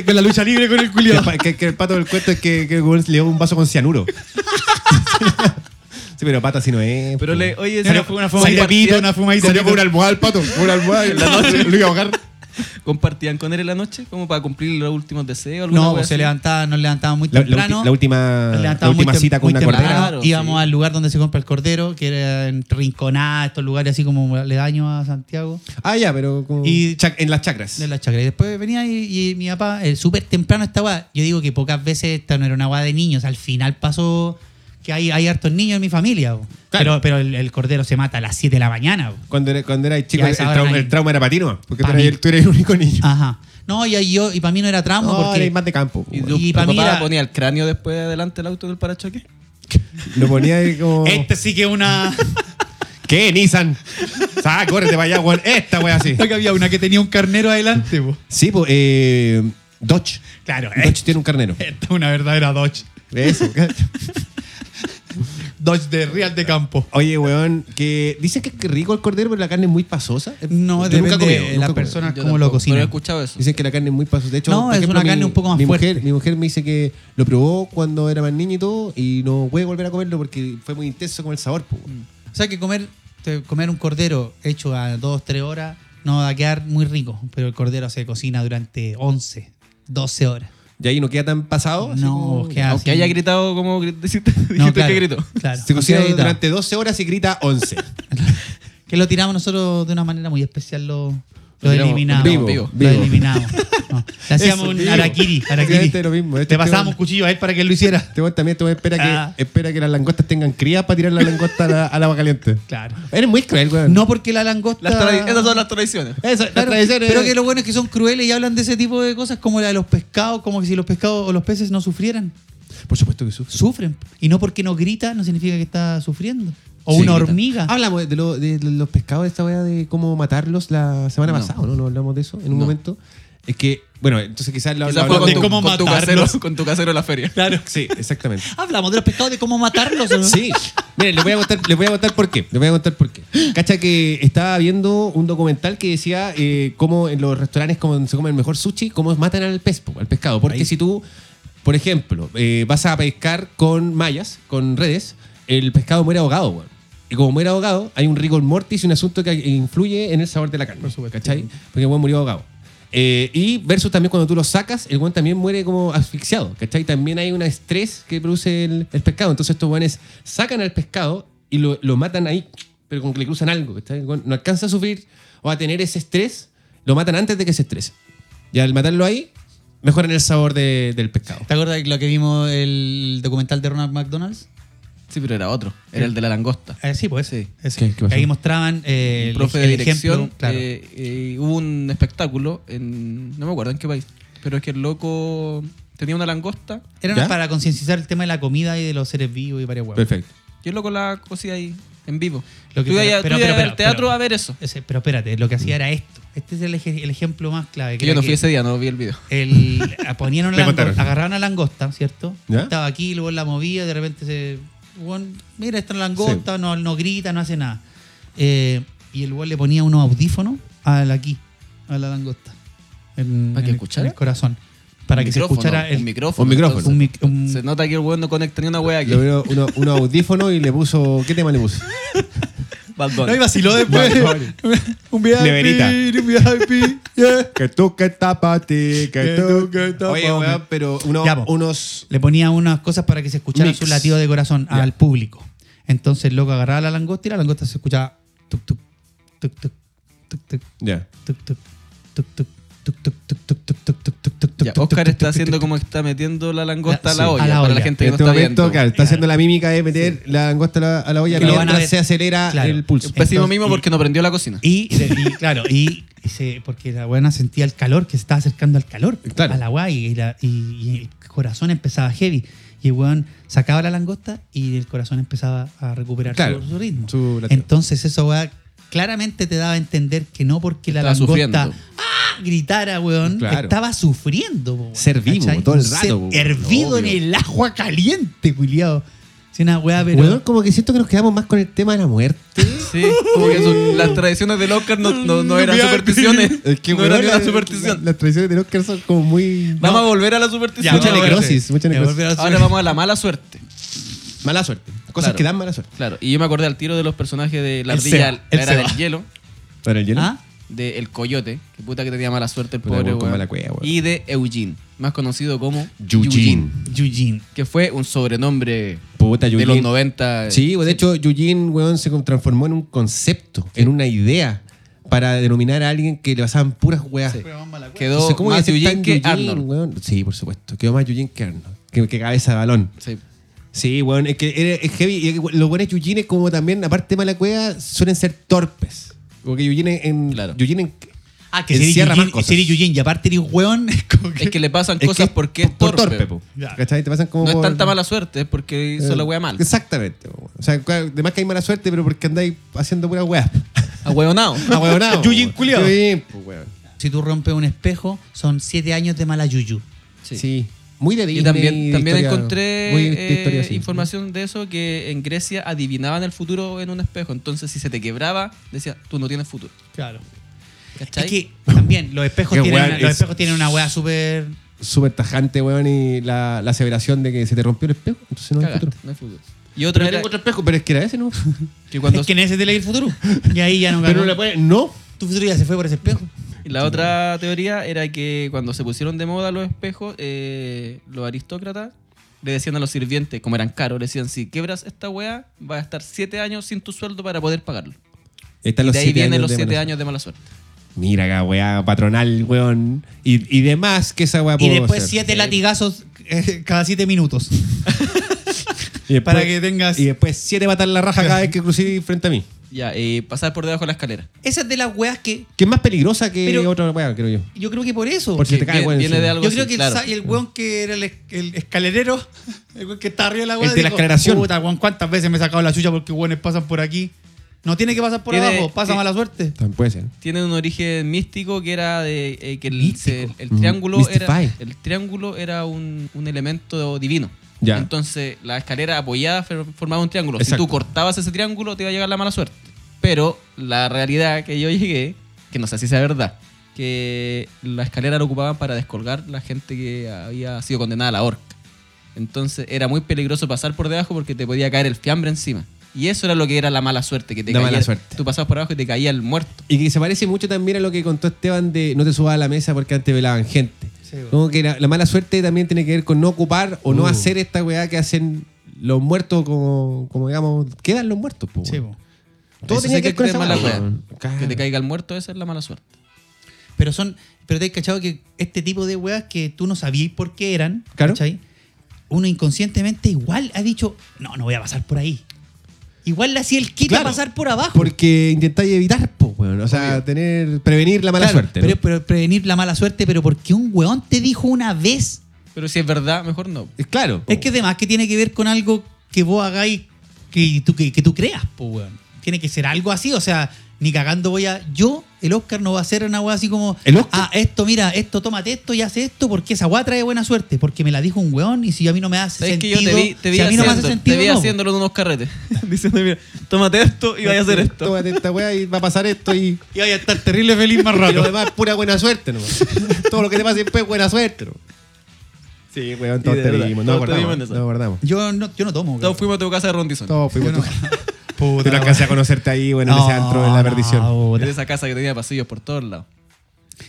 S1: Con la lucha libre con el culiado. este Que, que- que el pato del cuento es que, que el weón le dio un vaso con cianuro. sí, pero pata si no es.
S3: Pero
S1: po.
S3: le, oye,
S2: Era
S3: salió-
S2: una fumadita
S3: compartían-
S2: pito, una fumadita
S1: Salió
S2: pito.
S1: con una almohada el pato. Con una almohada y la noche lo iba a ahogar.
S3: ¿Compartían con él en la noche? Como para cumplir los últimos deseos. alguna
S2: No,
S3: wea
S2: pues se
S3: así?
S2: levantaba, nos levantaban muy
S1: La, la ulti-
S2: temprano.
S1: la última,
S2: Nos
S1: Ah, la
S2: levantábamos
S1: última
S2: muy tem-
S1: cita con
S2: muy
S1: una
S2: temprano,
S1: cordera.
S3: Claro,
S2: íbamos
S3: sí.
S2: al lugar donde se compra el cordero, que era en Rinconá, estos lugares así como aledaños a Santiago,
S1: Ah, ya, pero como-
S2: Y-
S1: chac- en las chacras.
S2: de la chacra. Y después venía y, y mi papá, eh, súper temprano esta guada. Yo digo que pocas veces esta no era una guada de niños. Al final pasó que hay, hay hartos niños en mi familia. bo.
S1: Claro.
S2: Pero, pero el, el cordero se mata a las 7 de la mañana. bo.
S1: Cuando eras cuando era chico,
S2: Ya,
S1: el
S2: esa hora
S1: trauma,
S2: nadie.
S1: el trauma era patino. Porque tú
S2: Pa' mí.
S1: eras, el- tú eras el único niño.
S2: Ajá. No, y, ahí yo, y para mí no era trauma
S1: no,
S2: porque...
S1: erais más de campo. po,
S3: ¿Y
S1: weón.
S3: tu,
S2: Y
S3: tu
S2: pa' mí
S3: papá
S2: era-
S3: ponía el cráneo después adelante del auto del parachoque?
S1: Lo ponía ahí como.
S2: Este sí que es una...
S1: ¿Qué, Nissan? Sá, córrete para allá, weón. Esta wea así.
S2: que había una que tenía un carnero adelante. bo.
S1: Sí, pues, eh, Dodge.
S2: Claro,
S1: Dodge tiene un carnero.
S2: Esta es una verdadera Dodge.
S1: Eso.
S2: Dodge de Real de Campo.
S1: Oye, weón, que dicen que es rico el cordero, pero la carne es muy pasosa.
S2: No,
S1: Yo
S2: depende
S1: nunca he comido,
S2: de
S1: nunca
S2: las
S1: he comido.
S2: personas
S3: Yo
S2: cómo
S3: tampoco,
S2: lo
S3: Pero he
S2: cocinan.
S3: escuchado eso.
S1: Dicen que la carne es muy pasosa. De hecho,
S2: No,
S1: por
S2: es
S1: ejemplo,
S2: una carne
S1: mi-
S2: un poco más
S1: mi mujer,
S2: fuerte.
S1: mi mujer me dice que lo probó cuando era más niño y todo y no puede volver a comerlo porque fue muy intenso con el sabor. po, weón.
S2: O sea que comer, te- comer un cordero hecho a 2, 3 horas no va a quedar muy rico, pero el cordero se cocina durante 11, 12 horas.
S1: Y ahí no queda tan pasado. así
S2: No,
S1: como-
S2: queda-
S3: Oh,
S2: sí.
S3: Aunque haya gritado como gri- dijiste,
S2: No,
S3: dijiste
S2: claro,
S3: que gritó.
S2: claro.
S1: Se cocina
S2: Aunque ahí está.
S1: durante 12 horas y grita 11.
S2: Que lo tiramos nosotros de una manera muy especial, lo, lo
S1: tiramos
S2: eliminamos.
S1: vivo,
S2: lo
S1: vivo.
S2: eliminamos. No, le hacíamos
S1: Eso,
S2: un
S1: vivo.
S2: harakiri. harakiri.
S1: Exactamente lo mismo. Este
S2: Te pasábamos
S1: tema-
S2: un cuchillo a él para que él lo hiciera.
S1: Este weón también este weón espera, que,
S2: Ah.
S1: espera que las langostas tengan crías para tirar la langosta a la- al agua caliente.
S2: Claro.
S1: Eres muy cruel, weón.
S2: No porque la langosta.
S3: Las tradi- Esas son las tradiciones.
S1: Eso, la
S2: Ah. Claro,
S1: tradición es-
S2: pero que lo bueno es que son crueles y hablan de ese tipo de cosas como la de los pescados, como que si los pescados o los peces no sufrieran.
S1: Por supuesto que sufre.
S2: Sufren. Y no porque no grita, no significa que está sufriendo. O
S3: Sí,
S2: una
S3: grita.
S2: hormiga.
S1: Hablamos de, lo- de los pescados, de esta weá de cómo matarlos la semana
S3: No.
S1: pasada, ¿no? No hablamos de eso en un
S3: No.
S1: momento. Es que, bueno, entonces quizás lo
S3: Quizás
S1: hablamos
S3: fue con
S2: de
S3: tu,
S2: cómo
S3: con tu
S2: matarlos.
S3: casero, con tu casero en la feria.
S1: Claro. Sí, exactamente.
S2: Hablamos de los pescados, de cómo matarlos. ¿o no?
S1: Sí. Miren, les voy a contar, les voy a contar por qué. Les voy a contar por qué. Cacha que estaba viendo un documental que decía eh, cómo en los restaurantes como donde se come el mejor sushi, cómo matan al pez, po, al pescado. Porque si tú, por ejemplo, eh, vas a pescar con mallas, con redes, el pescado muere ahogado, weón. Y como muere ahogado, hay un rigor mortis y un asunto que influye en el sabor de la carne. ¿Cachai? Porque el weón murió ahogado. Eh, y versus también cuando tú lo sacas, el buen también muere como asfixiado, ¿cachai? También hay un estrés que produce el, el pescado. Entonces estos guanes sacan al pescado y lo, lo matan ahí, pero como que le cruzan algo, ¿cachai? El weón no alcanza a sufrir o a tener ese estrés, lo matan antes de que se estrese. Y al matarlo ahí, mejoran el sabor de- del pescado.
S2: ¿Te acuerdas de lo que vimos el documental de Ronald McDonald's?
S3: Sí, pero era otro. Era el de la langosta.
S2: Eh, sí, pues
S3: Sí.
S2: ese.
S1: ¿Qué- qué pasó?
S2: Ahí mostraban eh,
S3: El
S2: el,
S3: profe de
S2: el
S3: dirección.
S2: ejemplo. Claro.
S3: eh, eh, hubo un espectáculo en. No me acuerdo en qué país. Pero es que el loco tenía una langosta
S2: Era
S1: ¿Ya?
S2: para concienciar el tema de la comida y de los seres vivos y varias huevas.
S1: Perfecto.
S3: y el loco la cosía ahí, en vivo.
S2: Lo que-
S3: tú ibas
S2: pero-
S3: a- tú
S2: pero-
S3: ibas
S2: pero- pero-
S3: al teatro
S2: pero-
S3: a ver eso.
S2: Ese- pero espérate, lo que hacía era esto. Este es el, eje- el ejemplo más clave.
S3: Que yo
S2: era
S3: no fui
S2: que
S3: ese día, no vi el video.
S2: el- ah, ponían una
S1: Me
S2: langosta-
S1: contaron.
S2: agarraban una langosta, ¿cierto?
S1: ¿Ya?
S2: Estaba aquí, luego la movía, de repente se. weón, mira, esta langosta, no, no grita, no hace nada. Eh, y el weón le ponía unos audífonos al aquí, a la langosta. En,
S3: ¿Para
S2: en
S3: que
S2: el-
S3: escuchara?
S2: en el corazón. Para que se
S3: Micrófono,
S2: escuchara el.
S3: Un micrófono.
S1: un micrófono.
S3: entonces.
S2: un mic- un-
S3: Se nota que el weón no conecta ni una wea aquí.
S1: Le veo uno- un audífono y le puso. ¿Qué tema le puso?
S3: Bad Bunny.
S2: No, y vaciló después. un VIP.
S1: Neverita.
S2: Un VIP. yeah.
S1: Que tú que tapa ti,
S2: Que tú que tapa
S1: Oye,
S2: mí.
S1: weón, pero uno-
S2: Ya, po.
S1: unos.
S2: Le ponía unas cosas para que se escuchara
S1: Mix.
S2: su latido de corazón
S1: Ya.
S2: al público. Entonces el loco agarraba la langosta y la langosta se escuchaba tuk tuk tuk tuk tuk tuk
S1: Ya.
S2: tuk tuk tuk tuk tuk tuk tuk tuk tuk tuk tuk tuk tuk
S3: Ya,
S2: tuk, tuk,
S3: Oscar
S2: tuk,
S3: está
S2: tuk,
S3: haciendo
S2: tuk,
S3: como está metiendo la langosta a
S2: Sí,
S3: la
S2: a
S3: olla.
S2: la
S3: Para la
S2: olla.
S3: gente
S1: En
S3: que no
S1: este
S3: está
S1: momento,
S3: viendo.
S1: claro, está haciendo la mímica de meter la langosta a la, a la olla
S2: Que lo van a
S1: mientras
S2: ver.
S1: se acelera
S2: Claro.
S1: el pulso.
S2: Pues-
S3: Pésimo
S2: Entonces-
S3: mismo porque no prendió la cocina.
S2: Y, y claro, y, y se- porque la buena sentía el calor, que se estaba acercando al calor,
S1: Claro.
S2: al agua, y, la- y- y el corazón empezaba heavy. Y el weón sacaba la langosta y el corazón empezaba a recuperar
S1: Claro,
S2: su, su ritmo.
S1: su latido.
S2: Entonces eso weá, claramente te daba a entender que no porque la
S3: Estaba
S2: langosta
S3: sufriendo.
S2: ¡ah! gritara, weón,
S1: Claro.
S2: estaba sufriendo. po, weón,
S1: Ser vivo
S2: ¿cachai?
S1: todo el
S2: Un
S1: rato,
S2: ser
S1: po, weón,
S2: hervido
S1: obvio.
S2: en el agua caliente, culiado. Es una weá, pero...
S1: Weón, como que siento que nos quedamos más con el tema de la muerte.
S3: Sí, como que su- las tradiciones del Oscar no, no, no eran supersticiones.
S1: Es que,
S3: no
S1: weón,
S3: eran ni una
S1: la- la-
S3: superstición.
S1: las tradiciones de Oscar son como muy.
S3: Vamos
S2: No.
S3: a volver a la
S2: Ya,
S3: superstición.
S1: mucha
S2: vamos a ver,
S1: necrosis,
S2: sí.
S1: mucha
S2: Ya,
S1: necrosis.
S2: volver a la
S3: Ahora vamos a la mala suerte.
S1: Mala suerte. Cosas
S3: Claro.
S1: que dan mala suerte.
S3: Claro, y yo me acordé al tiro de los personajes de la
S2: El
S3: ardilla,
S2: Seba,
S3: la
S2: el
S3: era
S2: Seba.
S3: del hielo,
S1: Para el hielo.
S2: ¿Ah?
S3: de el coyote, que puta que tenía mala suerte el
S1: Puta,
S3: pobre
S1: weón, con
S3: weón,
S1: mala cueva, weón.
S3: y de Eugene, más conocido como
S1: Eugene.
S2: Eugene.
S3: que fue un sobrenombre
S1: Puta,
S3: de
S1: Eugene.
S3: los 90.
S1: Sí, de hecho, Eugene, weón, se transformó en un concepto, en una idea para denominar a alguien que le pasaban puras weas.
S3: Quedó
S1: Entonces, ¿cómo voy
S3: más
S1: a decir
S3: Eugene
S1: tan
S3: que
S1: Eugene,
S3: Arnold.
S1: weón? Sí, por supuesto. Quedó más Eugene que Arnold. Que, que cabeza de balón.
S3: Sí.
S1: Sí, weón, es que era- es heavy. Y los buenos Eugene es como también, aparte de mala cueva, suelen ser torpes. Porque Eugene en.
S3: Claro.
S1: Eugene en-
S2: Ah, que
S1: Encierra
S2: Siri
S1: más
S2: Eugene,
S1: cosas.
S2: Siri Eugene, y aparte eres un weón. es como que-
S3: Es que le pasan
S1: es
S3: cosas
S1: que-
S3: porque es
S1: por
S3: torpe.
S1: po.
S2: Ya.
S1: ¿Cachai? Te pasan como
S3: No es
S1: por-
S3: tanta mala suerte, es porque hizo
S1: eh,
S3: la wea mal.
S1: Exactamente. po. O sea, claro, además que hay mala suerte, pero porque andáis haciendo puras weas.
S3: Ahueonado.
S1: Ahueonado. po,
S2: Eugene
S1: Ah, weón.
S2: culiao.
S1: Eugene, po, weón.
S2: Si tú rompes un espejo, son siete años de mala yuyu.
S1: Sí. Muy de
S3: Y
S1: Disney.
S3: también,
S1: de
S3: también
S1: historia-
S3: encontré
S1: muy de historia,
S3: eh,
S1: sí.
S3: información de eso que en Grecia adivinaban el futuro en un espejo. Entonces, si se te quebraba, decía, tú no tienes futuro.
S2: Claro.
S3: ¿Cachai?
S2: Es que también los espejos,
S1: Qué
S2: tienen,
S1: weón,
S2: una, los
S1: es-
S2: espejos tienen una weá súper.
S1: Súper tajante, weón, y la, la aseveración de que se te rompió el espejo. Entonces no hay
S3: Cagaste,
S1: futuro.
S3: no hay futuro. Y
S1: Pero
S3: otra era
S1: tengo otro espejo, pero es que era ese, ¿no?
S3: que cuando
S2: Es que en ese te leí el futuro. Y ahí ya no
S1: pero no
S2: ganó.
S1: le puede. No.
S2: Tu futuro ya se fue por ese espejo.
S3: y la otra teoría era que cuando se pusieron de moda los espejos, eh, los aristócratas le decían a los sirvientes, como eran caros, le decían, si quebras esta wea, vas a estar siete años sin tu sueldo para poder pagarlo.
S1: Están
S3: Y
S1: los
S3: de ahí
S1: siete
S3: vienen
S1: años
S3: los
S1: de
S3: siete
S1: mala-
S3: años de mala suerte.
S1: Mira acá, weá, patronal, weón. Y, y demás que esa weá
S2: Y
S1: pudo
S2: después
S1: hacer.
S2: siete latigazos eh, cada siete minutos.
S1: Y después-
S2: para que tengas-
S1: Y después siete matar la raja cada vez que crucé frente a mí.
S3: Ya, y pasar por debajo de la escalera.
S2: Esa es de las weas que.
S1: Que es más peligrosa que
S2: Pero-
S1: otra weá, creo yo.
S2: Yo creo que por eso.
S1: Por si
S3: Que
S1: te cae,
S3: viene-
S1: weón,
S3: viene
S1: encima.
S3: de algo
S2: Yo creo
S3: así,
S2: que
S3: claro.
S2: sa- el weón que era el, es- el escalerero, el weón que está arriba de la weá,
S1: El de la
S2: dijo,
S1: escaleración.
S2: Puta, weón, cuántas veces me he sacado la chucha porque weones pasan por aquí. No tiene que pasar por
S3: Tiene-
S2: abajo, pasa
S3: tiene-
S2: mala suerte.
S1: También puede ser.
S3: tiene un origen místico que era de eh, que el,
S1: Místico.
S3: se- el
S1: Mm.
S3: triángulo era
S1: Mystify.
S3: el triángulo era un, un elemento divino.
S1: Ya.
S3: Entonces la escalera apoyada fer- formaba un triángulo.
S1: Exacto.
S3: Si tú cortabas ese triángulo te iba a llegar la mala suerte. Pero la realidad que yo llegué, que no sé si sea verdad, que la escalera la ocupaban para descolgar la gente que había sido condenada a la horca. Entonces era muy peligroso pasar por debajo porque te podía caer el fiambre encima. Y eso era lo que era la mala suerte, que te
S1: La
S3: caía-
S1: mala suerte.
S3: Tú pasabas por abajo y te caía el muerto.
S1: Y que se parece mucho también a lo que contó Esteban de no te subas a la mesa porque antes velaban gente.
S2: Sí, weón.
S1: Como que la, la mala suerte también tiene que ver con no ocupar o no
S2: Uh.
S1: hacer esta weá que hacen los muertos como, como digamos, quedan los muertos, po,
S2: Sí,
S1: weón.
S2: po.
S1: Todo
S3: Eso
S1: tenía
S3: sí
S1: que ver con
S3: es
S1: esa
S3: mala
S1: weá.
S3: wea.
S1: weón.
S3: Que te
S1: Claro.
S3: caiga el muerto, esa es la mala suerte.
S2: Pero son, pero te has cachado que este tipo de weas que tú no sabías por qué eran,
S1: Claro.
S2: ¿cachai? uno inconscientemente igual ha dicho, no, no voy a pasar por ahí. Igual le hacía el quita
S1: Claro,
S2: pasar por abajo.
S1: Porque intentáis evitar, po, weón. O sea, tener, prevenir la mala
S2: Claro,
S1: suerte. ¿no?
S2: Pero, pero prevenir la mala suerte, pero porque un weón te dijo una vez.
S3: Pero si es verdad, mejor no.
S1: Es claro. po.
S2: Es que además que tiene que ver con algo que vos hagáis que tú, que, que tú creas, po, weón. Tiene que ser algo así, o sea, ni cagando voy a. Yo, el Oscar no va a ser una weá así como.
S1: ¿El Oscar?
S2: Ah, esto, mira, esto, tómate esto y hace esto, porque esa weá trae buena suerte, porque me la dijo un weón y si a mí no me hace
S3: ¿Sabes que
S2: sentido.
S3: yo te vi, te vi
S2: si a mí no me hace
S3: haciendo-
S2: sentido.
S3: te vi
S2: no, po.
S3: haciéndolo en unos carretes. Diciendo, mira, tómate esto y vaya a hacer esto.
S1: Tómate esta weá y va a pasar esto y.
S2: Y vaya a estar terrible feliz más
S1: y lo
S2: rato.
S1: demás es pura buena suerte, ¿no? Todo lo que te pase después es buena suerte, ¿no? Sí, weón, todos
S3: Y de
S1: te
S3: verdad,
S1: dimos. No
S3: todos te dimos
S1: acordamos.
S3: en esa.
S1: No acordamos.
S2: Yo no, yo no tomo.
S3: Todos
S2: cabrón.
S3: fuimos a tu casa de Rondizón.
S1: Todos fuimos
S2: Yo no-
S1: tú. Yo
S2: Puta
S1: no
S2: la
S1: alcancé
S2: weá.
S1: a conocerte ahí, bueno, en ese
S2: No,
S1: antro, en la perdición.
S2: no, puta.
S3: En esa casa que tenía pasillos por todos lados.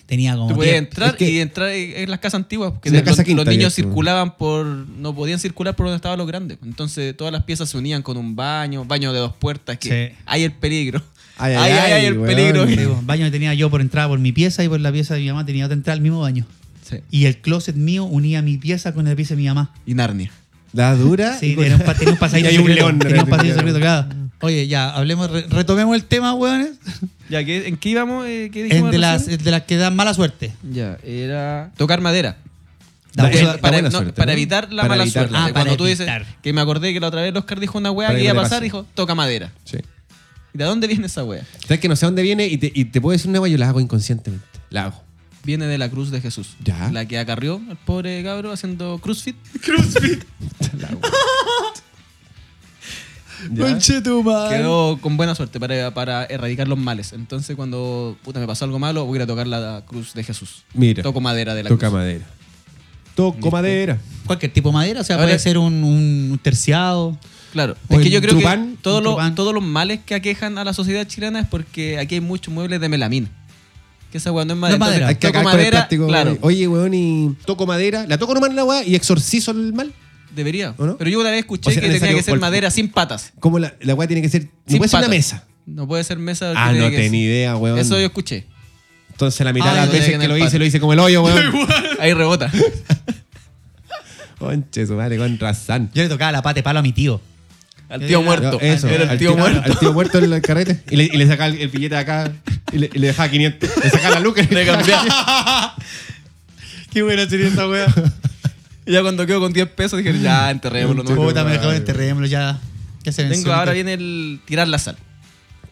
S2: Tenía como.
S3: Tú podías
S2: diez-
S3: entrar
S1: es que-
S3: y entrar en en las casas antiguas. Porque
S1: Una
S3: los,
S1: casa
S3: los
S1: quinta,
S3: niños
S1: directo.
S3: circulaban por. No podían circular por donde estaban los grandes. Entonces todas las piezas se unían con un baño, baño de dos puertas. Que
S2: Sí.
S3: hay el peligro.
S1: Ay,
S3: Ay,
S1: ay,
S3: ay,
S1: ay,
S3: el
S1: weón.
S3: peligro.
S2: Sí, po, baño que tenía yo por entrada por mi pieza y por la pieza de mi mamá tenía otra entrada al mismo baño.
S3: Sí.
S2: Y el closet mío unía mi pieza con la pieza de mi mamá.
S3: Y Narnia.
S1: La dura.
S2: Sí,
S1: Ah, y con-
S2: era un, pa- tenía un pasadito
S1: Y hay un
S2: secreto,
S1: león,
S2: tenía un pasadito
S1: claro. Mm.
S2: secreto, claro. Oye, ya, hablemos, re- retomemos el tema, weones.
S3: Ya, ¿qué- ¿en qué íbamos? Eh, ¿Qué dijimos
S2: En de, las,
S3: recién?
S2: de las que dan mala suerte.
S3: Ya, era. Tocar madera.
S2: Da
S1: Da-
S2: buena-
S1: da
S3: Para, para-
S1: buena
S3: no,
S1: suerte,
S3: para
S1: ¿no?
S3: evitar la
S1: Para
S3: mala
S1: evitarla.
S3: suerte.
S2: Ah, para
S3: Cuando tú dices
S2: evitar.
S3: que me acordé que la otra vez el Oscar dijo una wea
S1: Para
S3: que
S1: que
S3: iba a
S1: no te
S3: pasar,
S1: pase.
S3: dijo, toca madera.
S1: Sí.
S3: ¿Y de dónde viene esa wea?
S1: Sabes que no sé dónde viene y te, y te puedo decir una weá, yo la hago inconscientemente. La hago.
S3: Viene de la cruz de Jesús.
S1: Ya.
S3: La que acarrió el pobre cabro haciendo crossfit.
S1: La hago. Ya.
S3: Quedó con buena suerte para, para erradicar los males. Entonces, cuando puta, me pasó algo malo, voy a ir a tocar la cruz de Jesús.
S1: Mira.
S3: Toco madera de la
S1: Toca
S3: cruz.
S1: madera. Toco madera.
S2: Cualquier tipo de madera, o sea,
S3: Ahora-
S2: puede ser un, un terciado.
S3: Claro.
S1: O
S3: Es que
S1: el
S3: yo creo
S1: Trupán,
S3: que todos
S2: un
S3: los,
S2: Trupán.
S3: todos los males que aquejan a la sociedad chilena es porque aquí hay muchos muebles de melamina. Que esa wea no es madera.
S2: madera.
S1: Hay
S3: Entonces,
S1: que
S3: toco
S1: acabar con el
S3: madera,
S1: plástico.
S3: claro.
S1: Oye, weón, y toco madera. La toco nomás en la weá y exorcizo el mal.
S3: Debería.
S1: ¿O no?
S3: Pero yo una vez escuché
S1: O sea,
S3: que tenía
S1: necesario
S3: que ser
S1: por-
S3: madera sin patas.
S1: Como la, la weá tiene que ser. No
S3: Sin
S1: puede ser una
S3: patas.
S1: mesa.
S3: No puede ser mesa.
S1: Ah,
S3: tiene
S1: no
S3: que-
S1: tenía idea, weón.
S3: Eso yo escuché.
S1: Entonces la mitad
S3: Ah,
S1: de las
S3: no
S1: veces
S3: tenía que
S1: que lo
S3: en el
S1: hice,
S3: patio.
S1: lo hice como el hoyo, weón.
S3: Ahí rebota.
S1: Conche, su madre, con razón.
S2: Yo le tocaba la pata de palo a mi tío.
S3: Al tío muerto.
S1: Eso,
S3: Era
S1: al
S3: el tío muerto.
S1: Al tío muerto en el carrete. Y le, y le sacaba el, el billete de acá y le, y le dejaba 500. Le sacaba la luca. y
S3: Le cambiaba.
S2: Qué buena sería esa wea.
S3: Y ya cuando quedó con 10 pesos dije, ya, enterrémoslo. No,
S2: Puta, me dejó
S1: madre,
S2: en terreno ya. Ya se venció.
S3: Tengo, ahora viene el tirar la sal.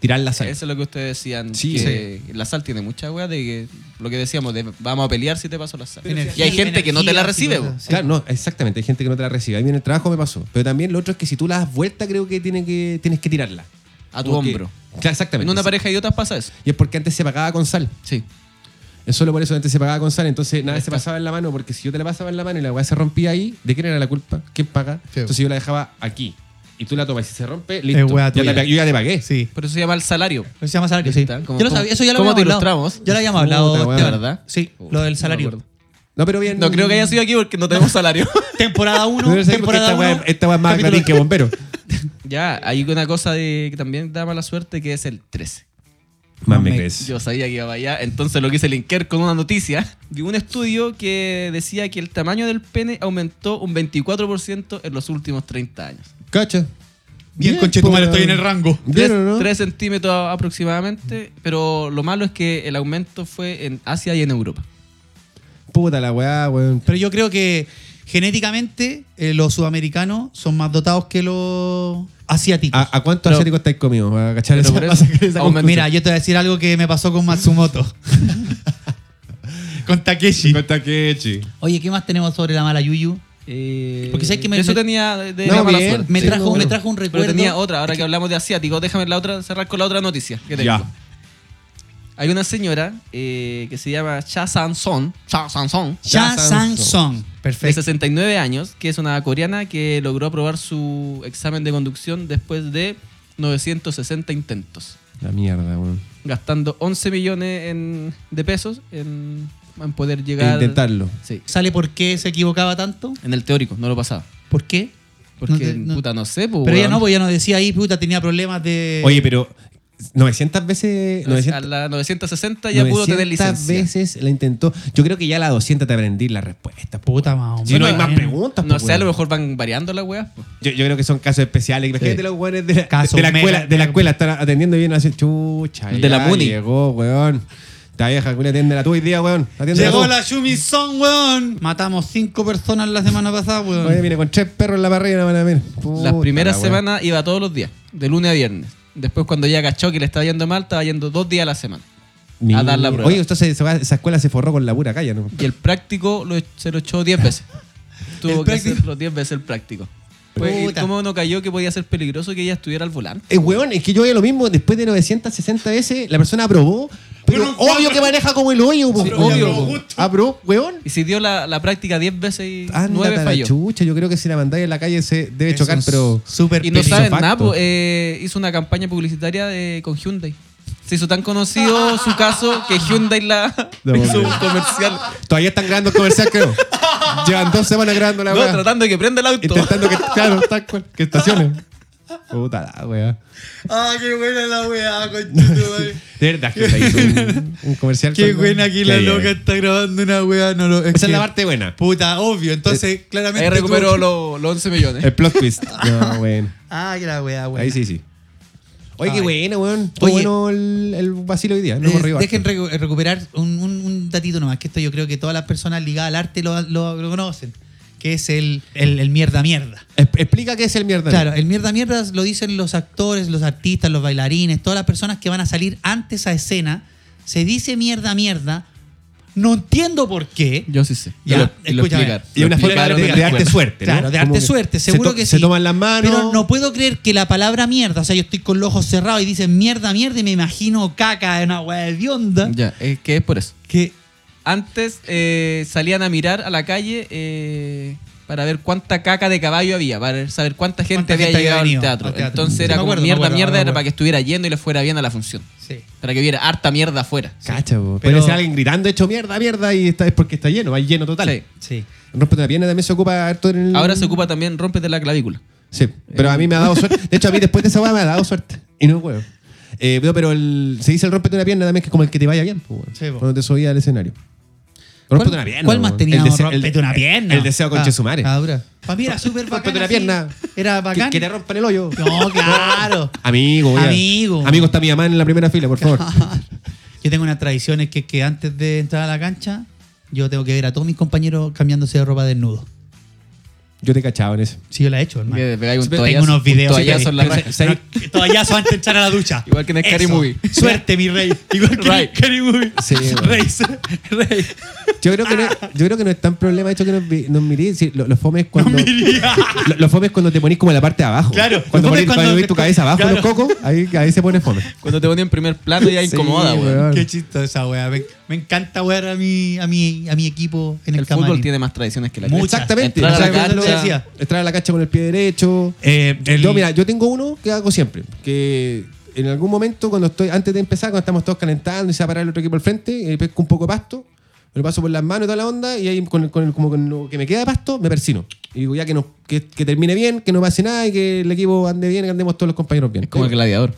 S1: Tirar la sal.
S3: Eso es lo que ustedes decían.
S1: Sí.
S3: que La sal tiene mucha wea de que lo que decíamos, de vamos a pelear si te paso la sal.
S2: Energía,
S3: y hay gente que no te la
S2: energía,
S3: recibe.
S2: sí,
S3: bo.
S2: cosas.
S1: Claro, no, exactamente. Hay gente que no te la recibe. A mí en el trabajo me pasó. Pero también lo otro es que si tú la das vuelta, creo que, tiene que tienes que tirarla.
S3: A tu
S1: Como que-
S3: hombro.
S1: Claro, exactamente.
S3: En una pareja y otras pasa eso.
S1: Y es porque antes se pagaba con sal.
S3: Sí.
S1: Es solo por eso antes se pagaba con sal, entonces nada
S3: Ahí
S1: se
S3: está.
S1: pasaba en la mano, porque si yo te la pasaba en la mano y la weá se rompía ahí, ¿de quién era la culpa? ¿Quién paga?
S2: Sí.
S1: Entonces yo la dejaba aquí. Y tú la tomas y si se rompe, listo.
S2: weá
S1: ya te
S2: tuya.
S1: pa- yo ya te pagué.
S2: Sí.
S3: Por eso se llama el salario.
S2: Eso se llama salario,
S3: ¿Viste?
S2: sí.
S3: ¿Cómo-
S2: Yo lo
S3: cómo-
S2: sabía, eso ya lo
S3: cómo
S2: habíamos
S3: te
S2: hablado.
S3: ilustramos?
S2: Ya lo habíamos
S1: Puta,
S2: hablado.
S1: weón.
S2: este,
S3: ¿Verdad?
S2: Sí,
S3: Puta,
S2: lo del
S3: no
S2: salario.
S3: me acuerdo.
S1: No, pero bien.
S3: No creo que haya sido aquí porque no tenemos salario.
S2: temporada 1,
S1: No debe ser porque
S2: temporada
S1: esta weá
S2: 1.
S1: esta weá es más clarín que bombero.
S3: ya, hay una cosa de, que también da mala suerte que es el 13.
S1: Más me
S2: me-
S1: crees.
S3: Yo sabía que iba para allá, entonces lo quise linkear con una noticia de un estudio que decía que el tamaño del pene aumentó un 24% en los últimos 30 años.
S1: Cacha.
S2: Bien, conchetumare,
S1: po,
S2: estoy en el rango.
S1: Bien, ¿o
S3: 3,
S1: no?
S3: centímetros aproximadamente, pero lo malo es que el aumento fue en Asia y en Europa.
S1: Puta la weá, weón.
S2: Pero yo creo que genéticamente eh, los sudamericanos son más dotados que los asiáticos.
S1: ¿A, a cuántos
S2: Pero-
S1: asiáticos estáis comidos? ¿Va a cachar
S3: Pero
S1: esa-
S3: por
S1: va a
S3: eso-
S1: sacar Ah, esa-
S3: aumentó.
S2: Mira, yo te voy a decir algo que me pasó con Matsumoto. con Takeshi.
S1: Con Takechi.
S2: Oye, ¿qué más tenemos sobre la mala Yuyu? Porque sabes que me-
S3: Eh, eso
S2: me-
S3: tenía de, de
S1: No,
S3: la mala
S1: bien.
S3: suerte.
S2: Me
S1: Sí,
S2: trajo,
S1: no.
S2: me trajo un
S3: Pero
S2: recuerdo.
S3: tenía otra, ahora que hablamos de asiáticos, déjame la otra, cerrar con la otra noticia que tengo.
S1: Ya.
S3: Hay una señora eh, que se llama Cha Sang-song, Cha Sang-song,
S2: Cha Sang Song.
S3: de
S2: Perfecto.
S3: 69 años, que es una coreana que logró aprobar su examen de conducción después de 960 intentos,
S1: La mierda, weón.
S3: gastando 11 millones en- de pesos en, en poder
S1: E
S3: llegar.
S1: Intentarlo.
S3: Sí,
S2: ¿Sale por qué se equivocaba tanto?
S3: en el teórico, no lo pasaba.
S2: ¿Por qué?
S3: Porque,
S2: No te- no-
S3: puta, no sé, pues,
S2: pues Pero ella no, porque ella nos decía ahí, puta, tenía problemas de.
S1: Oye, pero 900 veces. 900,
S3: A la 960 ya pudo tener
S1: 900
S3: licencia.
S1: veces la intentó. Yo creo que ya a la 200 te aprendí la respuesta. po,
S2: Puta,
S1: weón.
S2: más o
S1: Si no hay
S2: menos,
S1: más
S2: bien.
S1: preguntas.
S3: No
S1: po,
S3: sé, a lo
S1: pues, weón.
S3: mejor van variando las weas. pues. po.
S1: Yo, yo creo que son casos especiales. Imagínate los weones de la,
S2: Casos
S1: de la
S2: mega-
S1: escuela, de la
S2: mega-
S1: escuela están atendiendo bien. Hacen chucha.
S3: De
S1: ya
S3: la Muni.
S1: Llegó, weón. Esta vieja, culia, atiende la tuya hoy día, weón. Atiéndela
S2: Llegó
S1: tú.
S2: la Shumison, weón. Matamos cinco personas la semana pasada, weón.
S1: Oye, mire, con tres perros en la parrilla no van a ver. Puta
S3: Las primeras
S1: la weá.
S3: semanas iba todos los días, de lunes a viernes. Después, cuando ya cachó que le estaba yendo mal, estaba yendo dos días a la semana.
S1: Mi-
S3: a dar la prueba.
S1: Oye, entonces esa weá- esa escuela se forró con la pura calle, ¿no?
S3: Y el práctico lo, se lo echó 10 veces. Tuvo
S2: El
S3: que
S2: práctico.
S3: hacerlo 10 veces el práctico. Pues, ¿y
S2: Puta.
S3: ¿Cómo no cayó que podía ser peligroso que ella estuviera al volante?
S1: Eh, weón, es que yo veía lo mismo. Después de 960 veces, la persona aprobó. Pero
S2: Pero un
S1: obvio que maneja como el hoyo, po,
S3: Sí,
S1: weón.
S3: obvio, po.
S1: Justo. Aprobó, weón.
S3: Y si dio la, la práctica 10 veces y
S1: Ándate
S3: 9
S1: a la
S3: falló.
S1: chucha. Yo creo que si la mandáis en la calle se debe
S2: Es
S1: chocar,
S2: un
S1: pero.
S2: Súper
S3: Y no
S1: Pero
S3: saben
S1: hizo
S3: nada,
S1: facto.
S3: pues, eh, hizo una campaña publicitaria de- con Hyundai. Se hizo tan conocido su caso que Hyundai la
S1: No,
S3: hizo un
S1: hombre.
S3: comercial.
S1: Todavía están grabando el comercial, creo. Llevan dos semanas grabando la
S3: No,
S1: weá.
S3: tratando de que prenda el auto.
S1: intentando que. Claro, tal cual, Que estacionen. Puta la weá.
S2: Ah, qué buena la weá, conchetumare.
S1: De verdad que la hizo un, un comercial.
S2: Qué
S1: con-
S2: buena aquí la
S1: Qué
S2: loca
S1: bien.
S2: está grabando una weá. No lo,
S1: Esa es la
S2: que-
S1: parte Eh, buena.
S2: Puta, obvio. Entonces, claramente.
S3: Ahí recuperó
S2: tuvo-
S3: los los 11 millones.
S1: El plot twist. No, bueno.
S2: Ah, que la weá, weá.
S1: Ahí sí, sí. Oye, qué
S2: Ay.
S1: bueno, weón. Estuvo
S2: Oye.
S1: bueno el, el vacilo hoy día. No
S2: Eh,
S1: hemos reído harto.
S2: dejen recu- recuperar un, un- un datito nomás, que esto yo creo que todas las personas ligadas al arte lo, lo- lo conocen, que es el, el- el mierda mierda.
S1: Es- Explica qué es el mierda.
S2: Claro, el mierda mierda lo dicen los actores, los artistas, los bailarines, todas las personas que van a salir antes a escena, se dice mierda mierda, no entiendo por qué.
S3: Yo sí sé.
S2: Ya,
S3: y lo, y lo
S2: escúchame.
S3: explicar.
S1: Y una
S3: Lo
S1: forma de,
S3: explicaron
S1: de
S3: en la
S1: darte
S3: escuela.
S1: suerte, ¿no?
S2: Claro, de
S1: Como
S2: arte
S1: que
S2: suerte,
S1: se
S2: seguro
S1: to-
S2: que sí.
S1: Se toman las manos.
S2: Pero no puedo creer que la palabra mierda, o sea, yo estoy con los ojos cerrados y dicen mierda mierda y me imagino caca de una weá hedionda.
S3: Ya, es que es por eso.
S2: Que
S3: Antes eh, salían a mirar a la calle eh, para ver cuánta caca de caballo había, para saber cuánta gente
S2: Cuánta
S3: había
S2: gente había
S3: llegado
S2: venido
S3: al, teatro.
S2: al teatro.
S3: Entonces
S2: Sí,
S3: era
S2: me
S3: como
S2: acuerdo, me
S3: mierda,
S2: acuerdo, me
S3: mierda, era
S2: acuerdo.
S3: para que estuviera yendo y le fuera bien a la función.
S2: sí.
S3: Para que hubiera harta mierda afuera.
S1: Cacha, po.
S2: Pero-
S1: Puede ser alguien gritando, hecho mierda, mierda, y está, es porque está lleno, va lleno total.
S3: Sí.
S2: Sí.
S1: Rompete la pierna también se ocupa harto en el-
S3: Ahora se ocupa también rompete la clavícula.
S1: Sí, pero a mí me ha dado suerte. De hecho, a mí después de esa weá me ha dado suerte. Y no es huevo. Eh, pero- pero el, se dice el rompete una pierna también, que es como el que te vaya bien, po, weón.
S2: Sí, po.
S1: cuando te subía al escenario. Rompete
S2: ¿Cuál-
S1: una pierna.
S2: ¿Cuál
S1: weón.
S2: más teníamos?
S1: El deseo- el-
S2: Rompete una pierna. Ah,
S1: El deseo con Chesumare.
S2: Para mí era súper bacán.
S1: Rompete una
S2: así.
S1: pierna.
S2: Era
S1: Que,
S2: bacán.
S1: que te rompan el hoyo.
S2: No, claro.
S1: Amigo, voy a-
S2: Amigo.
S1: Amigo, está mi mamá en la primera fila, por favor.
S2: Yo tengo unas tradiciones que, que antes de entrar a la cancha, yo tengo que ver a todos mis compañeros cambiándose de ropa desnudo.
S1: Yo te cachaba en eso.
S2: Sí, yo la he hecho, hermano.
S3: Que pegáis un
S2: Tengo
S3: toallazo-
S2: unos videos.
S3: un toallazo en la raja.
S2: Pero- Toallazo antes de entrar a la ducha.
S3: Igual que en el Scary
S2: Eso.
S3: Movie.
S2: Suerte, mi rey. Igual que en el
S3: Right.
S2: Scary Movie.
S1: Sí, bueno.
S2: rey. rey.
S1: Yo creo que no,
S2: Ah.
S1: yo creo que no es tan problema esto que nos, vi- nos mirís. Sí, lo, lo fome es cuando. lo, lo fome es cuando te ponís como en la parte de abajo.
S2: Claro, lo
S1: Cuando ponís
S2: fome es cuando-
S1: cuando movís tu cabeza abajo
S2: claro.
S1: los cocos, ahí, ahí se pone fome.
S3: Cuando te ponen en primer plano ya
S1: Sí,
S3: incomoda, weón.
S1: weón.
S2: Qué chistosa, weá. Me, me encanta wear a mi, a, mi, a mi equipo en el,
S3: El
S2: camarín.
S3: fútbol tiene más tradiciones que la
S2: Mucho.
S3: chucha.
S1: Exactamente.
S3: Entrar
S1: O
S3: a la
S1: sea,
S3: cancha.
S1: lo que decía, entrar a la cancha con el pie derecho.
S2: Eh, el-
S1: Yo, mira, yo tengo uno que hago siempre. Que en algún momento, cuando estoy, antes de empezar, cuando estamos todos calentando y se va a parar el otro equipo al frente, eh, pesco un poco de pasto, me lo paso por las manos y toda la onda, y ahí con, el- con el- como con lo que me queda de pasto, me persino. Y digo, ya que, no, que, que termine bien, que no pase nada y que el equipo ande bien, que andemos todos los compañeros bien. Eh,
S3: Es como el gladiador.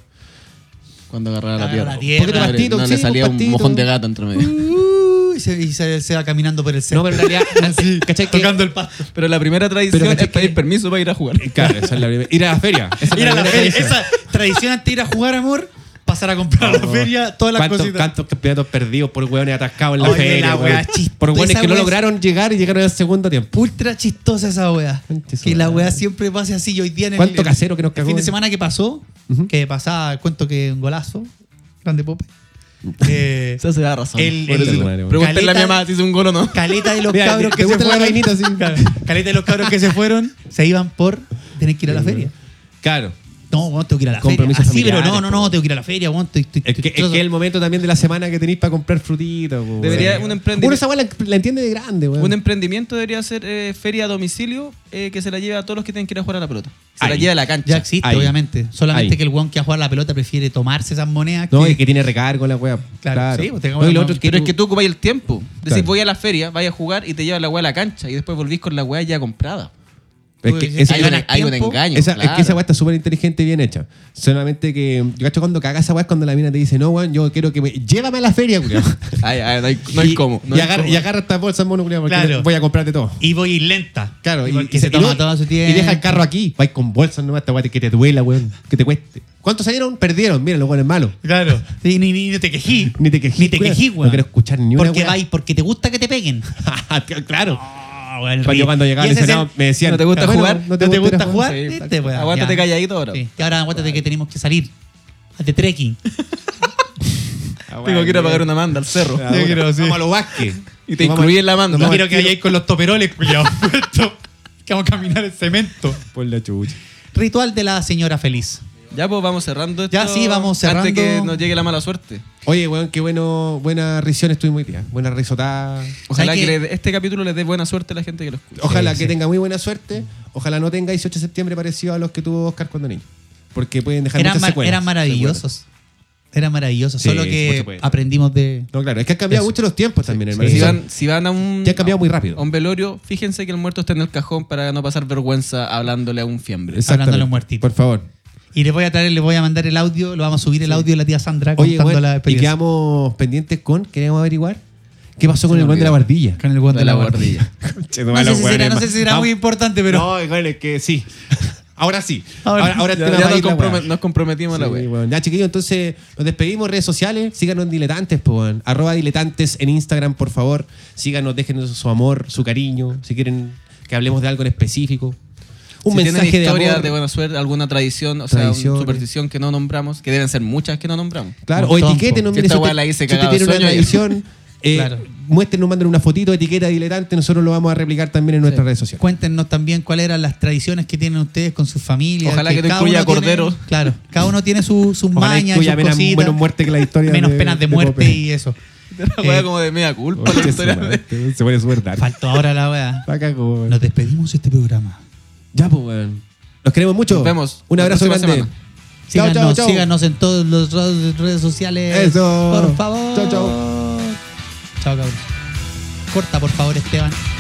S3: Cuando agarraba la
S2: Agarra
S3: tierra.
S2: la tierra.
S3: Poquito
S1: Abre,
S3: pastito,
S1: no
S3: sí,
S1: le
S3: un
S1: salía un
S3: pastito. Mm.
S1: mojón de
S3: gato entre medio.
S2: Uh, y se, y se- se va caminando por el
S1: No,
S2: centro.
S1: pero en realidad,
S2: Así,
S1: ¿cachai que-
S2: tocando el pasto.
S3: Pero la primera tradición
S1: Pero,
S3: es
S1: ¿cachai
S3: pedir
S1: que-
S3: permiso para ir a jugar.
S1: Claro, esa es la primera. Ir a la feria. Esa es
S2: Ir a la
S1: primera
S2: feria.
S1: tradición.
S2: Esa tradición antes de ir a jugar, amor, pasar a comprar a la feria, todas las
S1: Oh. ¿Cuántos,
S2: cositas.
S1: cuántos campeonatos perdidos por hueones atascados en la
S2: Oye,
S1: feria?
S2: la
S1: weón?
S2: wea chistosa,
S1: por hueones
S2: esa
S1: que no
S2: wea-
S1: lograron llegar y llegaron al segundo tiempo.
S2: Ultra chistosa esa weá.
S1: Conche su
S2: Que la
S1: madre.
S2: weá siempre pase así. Y hoy día en el,
S1: ¿Cuánto casero que nos
S2: el
S1: cagó?
S2: fin de semana que pasó,
S1: Ujú.
S2: que pasaba, el cuento que un golazo, grande pope. Eh,
S3: Esa se da razón.
S2: El-
S3: Por
S1: el-
S3: eso-
S1: madre, weón.
S3: Pregúntenle a mi
S2: Caleta-
S3: mamá si hizo un gol o no.
S2: caleta de los
S1: Mira,
S2: cabros
S1: te-
S2: que
S1: te
S2: se
S1: gusta la
S2: fueron.
S1: vainita, sí.
S2: Caleta de los cabros que se fueron, se iban por tener que ir a la feria.
S1: Claro.
S2: No, weón, tengo que ir a la feria.
S1: Compromisos
S2: Así, pero no,
S1: familiares,
S2: no,
S1: po.
S2: no, tengo que ir a la feria, weón. estoy- estoy-
S1: Es que, es
S2: estoy-
S1: que el momento también de la semana que tenéis para comprar frutitos. po,
S3: Debería
S1: weón.
S3: un emprendimiento-
S1: Uno esa weá la, la entiende de grande, weón.
S3: Un em- emprendimiento debería ser eh, feria a domicilio eh, que se la lleve a todos los que tienen que ir a jugar a la pelota. Se la
S1: Ahí.
S3: lleve a la cancha.
S2: Ya existe,
S1: Ahí.
S2: obviamente. Solamente
S1: Ahí.
S2: que el weón que va a jugar la pelota prefiere tomarse esas monedas.
S1: No,
S2: que-
S1: y que tiene recargo la weá. Claro.
S2: sí, pues tengamos
S1: no, y lo
S2: la-
S1: otro es que
S3: Pero es
S1: tú-
S3: que tú ocupáis el tiempo. Decís,
S1: Claro.
S3: voy a la feria, vais a jugar y te llevas la weá a la cancha y después volvís con la weá ya comprada.
S1: Es
S2: Uy,
S1: que
S2: sí,
S1: ese-
S3: Hay,
S2: ganas
S3: un, hay un
S2: tiempo,
S3: engaño.
S1: Esa- Es
S3: claro.
S1: que esa weá está súper inteligente y bien hecha. Solamente que, yo cacho cuando cagas esa weá es cuando la mina te dice, no, weón, yo quiero que me. Llévame a la feria, culiao.
S3: Ay, ay, no hay, no hay
S1: Y-
S3: cómo. no
S1: y,
S3: hay
S1: agarra,
S3: cómo.
S1: y agarra esta bolsa, mono, culiao, porque
S2: Claro.
S1: voy a comprarte todo.
S2: Y voy lenta.
S1: Claro,
S2: y,
S1: y-
S2: se
S1: y
S2: toma
S1: no-
S2: todo su
S1: Y
S2: tiempo.
S1: deja el carro aquí. Vais con bolsas nomás, esta weá que te duela, weón. Que te cueste. ¿Cuántos salieron? Perdieron. Mira, los weones malos.
S2: Claro. Sí, ni, ni- ni te quejí.
S1: Ni te quejí.
S2: Ni te
S1: weón.
S2: quejí,
S1: No
S2: weón.
S1: quiero escuchar ni una
S2: Porque
S1: weá.
S2: vais, porque te gusta que te peguen.
S1: claro.
S2: Ah, weón, el
S1: Cuando,
S2: río.
S1: yo cuando llegaba
S2: Y
S1: al
S2: ese es
S1: Senado me decían, "Ah,
S3: ¿No te gusta
S1: "Bueno,
S3: jugar?
S2: ¿No te gusta jugar?
S3: Sí,
S2: Viste,
S3: exacto.
S2: weón,
S3: Aguántate
S2: ya.
S3: calladito ahora.
S2: Sí. Y ahora aguántate que tenemos que salir. De trekking.
S1: Ah,
S3: Tengo
S1: bueno,
S3: que ir a pagar
S1: bien.
S3: una manda al cerro.
S1: Ah, bueno.
S2: quiero, sí.
S1: Vamos a los Vázquez.
S3: Y te
S1: Vamos a-
S3: incluí en la manda.
S2: No quiero que vayáis con los toperoles, culiados puestos. Que vamos a caminar el cemento.
S1: Por la chucha.
S2: Ritual de la señora feliz.
S3: Ya, pues vamos cerrando esto.
S2: Ya, sí, vamos cerrando.
S3: Antes que nos llegue la mala suerte.
S1: Oye, weón, qué bueno, buena risión estuvimos hoy día. Buena risotada.
S3: Ojalá
S2: ¿Sabes
S3: que,
S2: qué?
S3: le- este capítulo les dé buena suerte a la gente que lo escucha.
S1: Ojalá
S2: Sí,
S1: que
S2: sí.
S1: tenga muy buena suerte. Ojalá no tenga 18 de septiembre parecido a los que tuvo Oscar cuando niño. Porque pueden dejar
S2: Eran,
S1: muchas
S2: ma-
S1: secuelas.
S2: eran maravillosos. Eran maravillosos.
S1: Sí,
S2: Solo
S1: por
S2: que
S1: supuesto.
S2: aprendimos de.
S1: Secuelas. No, claro, es que han cambiado
S2: Eso.
S1: mucho los tiempos también, hermano.
S3: Si
S1: Son-
S3: van, si van a un.
S1: Ya ha cambiado muy rápido.
S3: A un velorio, fíjense que el muerto está en el cajón para no pasar vergüenza hablándole a un fiambre.
S1: Exactamente.
S2: hablando de los muertitos.
S1: Por favor.
S2: Y les voy a traer, les voy a mandar el audio, lo vamos a subir el audio de la tía Sandra
S1: Oye,
S2: contando
S1: weón,
S2: la
S1: y
S2: experiencia.
S1: quedamos pendientes con, queríamos averiguar qué pasó con
S3: me
S1: el weón de la
S3: olvidó.
S1: barbilla.
S2: Con el guante de la guardia.
S3: guardilla.
S2: No sé si será, no sé si será muy importante, pero.
S1: No, igual es que sí. Ahora sí.
S2: Ahora-
S1: Ahora, ahora, te
S3: Ya,
S1: la
S3: ya
S1: va a
S3: nos,
S1: ir la
S3: comprome-
S1: weá.
S3: nos comprometimos a la
S1: Sí,
S3: wea.
S1: weón. Ya, chiquillos, entonces nos despedimos. Redes sociales, síganos en Diletantes, po, weón. Arroba Diletantes en Instagram, por favor. Síganos, déjenos su amor, su cariño. Si quieren que hablemos de algo en específico. Un
S3: si
S1: mensaje
S3: tienen
S1: de
S3: historia
S1: amor.
S3: de, buena suerte, alguna tradición, o sea,
S1: Tradiciones.
S3: una superstición que no nombramos, que deben ser muchas que no nombramos.
S1: Claro, o
S2: Un montón,
S1: etiquétenos.
S3: po.
S1: mire,
S3: Esta
S1: si
S3: weá
S1: usted-
S3: la hice
S1: si usted
S3: cagado
S1: tiene una
S3: sueño y-
S1: tradición, eh,
S2: Claro.
S1: muéstrenos, manden una fotito, etiqueta Diletante. Nosotros lo vamos a replicar también en nuestras redes sociales.
S2: Cuéntenos también cuáles eran las tradiciones que tienen ustedes con sus familias.
S3: Ojalá que no
S2: cada
S3: incluya
S2: uno tiene-
S3: corderos.
S2: claro, cada uno tiene su- sus
S1: Ojalá
S2: mañas, sus
S1: incluya menos-
S2: cositas.
S1: menos muerte que la historia
S2: Menos
S1: de-
S2: penas de
S1: de
S2: muerte
S1: Pope.
S2: y eso.
S3: Una
S2: Eh,
S3: wea como de media culpa. la
S1: Oye,
S3: historia
S1: su
S3: de-
S1: madre, Se vuelve súper dark.
S2: Faltó ahora la wea.
S1: Está cagado, weón.
S2: Nos despedimos de este programa.
S1: Ya, pues, weón. Los queremos mucho.
S3: Nos vemos.
S1: Un
S3: La
S1: abrazo
S3: próxima
S1: grande.
S3: semana.
S1: Chao,
S2: Síganos,
S1: chao, chao.
S2: síganos en todas las ro- redes sociales.
S1: Eso.
S2: Por favor.
S1: Chao,
S2: Chao, cabrón. Corta, por favor, Esteban.